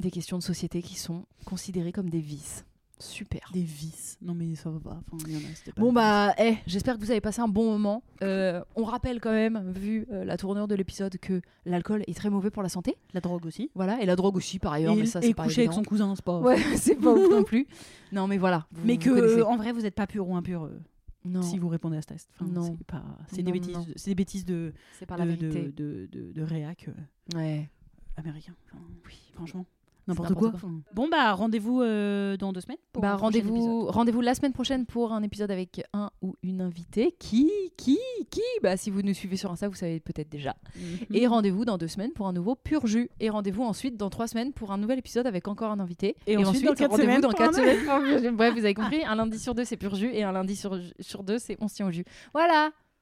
Speaker 1: Des questions de société qui sont considérées comme des vices. Super.
Speaker 2: Des vices. Non, mais ça va pas. Enfin, il y en a, c'était pas
Speaker 1: Bon
Speaker 2: le
Speaker 1: bah, eh, j'espère que vous avez passé un bon moment. Euh, on rappelle quand même, vu euh, la tournure de l'épisode, que l'alcool est très mauvais pour la santé.
Speaker 2: cas. La drogue aussi.
Speaker 1: Voilà, et la drogue aussi par
Speaker 2: Et,
Speaker 1: ailleurs, mais ça c'est
Speaker 2: et
Speaker 1: pas
Speaker 2: coucher avec son
Speaker 1: évident.
Speaker 2: cousin, c'est pas.
Speaker 1: Ouais, c'est pas ouf non plus. Non mais voilà. vous-
Speaker 2: Mais
Speaker 1: vous
Speaker 2: que,
Speaker 1: connaissez.
Speaker 2: euh, en vrai, vous n'êtes pas pur ou impur euh,
Speaker 1: Non,
Speaker 2: si vous répondez à ce test. Enfin,
Speaker 1: Non.
Speaker 2: C'est, pas, c'est
Speaker 1: Non,
Speaker 2: des bêtises,
Speaker 1: non.
Speaker 2: c'est des bêtises de,
Speaker 1: c'est par la
Speaker 2: de,
Speaker 1: vérité.
Speaker 2: de, de, de- de réac euh,
Speaker 1: Ouais.
Speaker 2: américain. Enfin, oui, franchement.
Speaker 1: n'importe
Speaker 2: N'importe quoi.
Speaker 1: quoi.
Speaker 2: Enfin, Bon, bah, rendez-vous euh, dans deux semaines. Pour
Speaker 1: Bah
Speaker 2: un prochain épisode.
Speaker 1: rendez-vous rendez-vous la semaine prochaine pour un épisode avec un ou une invitée qui qui qui bah si vous nous suivez sur Insta vous savez peut-être déjà
Speaker 2: Mhm.
Speaker 1: et rendez-vous dans deux semaines pour un nouveau pur jus et rendez-vous ensuite dans trois semaines pour un nouvel épisode avec encore un invité
Speaker 2: Et ensuite, dans quatre
Speaker 1: rendez-vous
Speaker 2: semaines
Speaker 1: dans
Speaker 2: pour
Speaker 1: quatre
Speaker 2: un-
Speaker 1: semaines pour un pur jus. bref vous avez compris un lundi sur deux c'est pur jus et un lundi sur sur deux c'est on se tient au jus voilà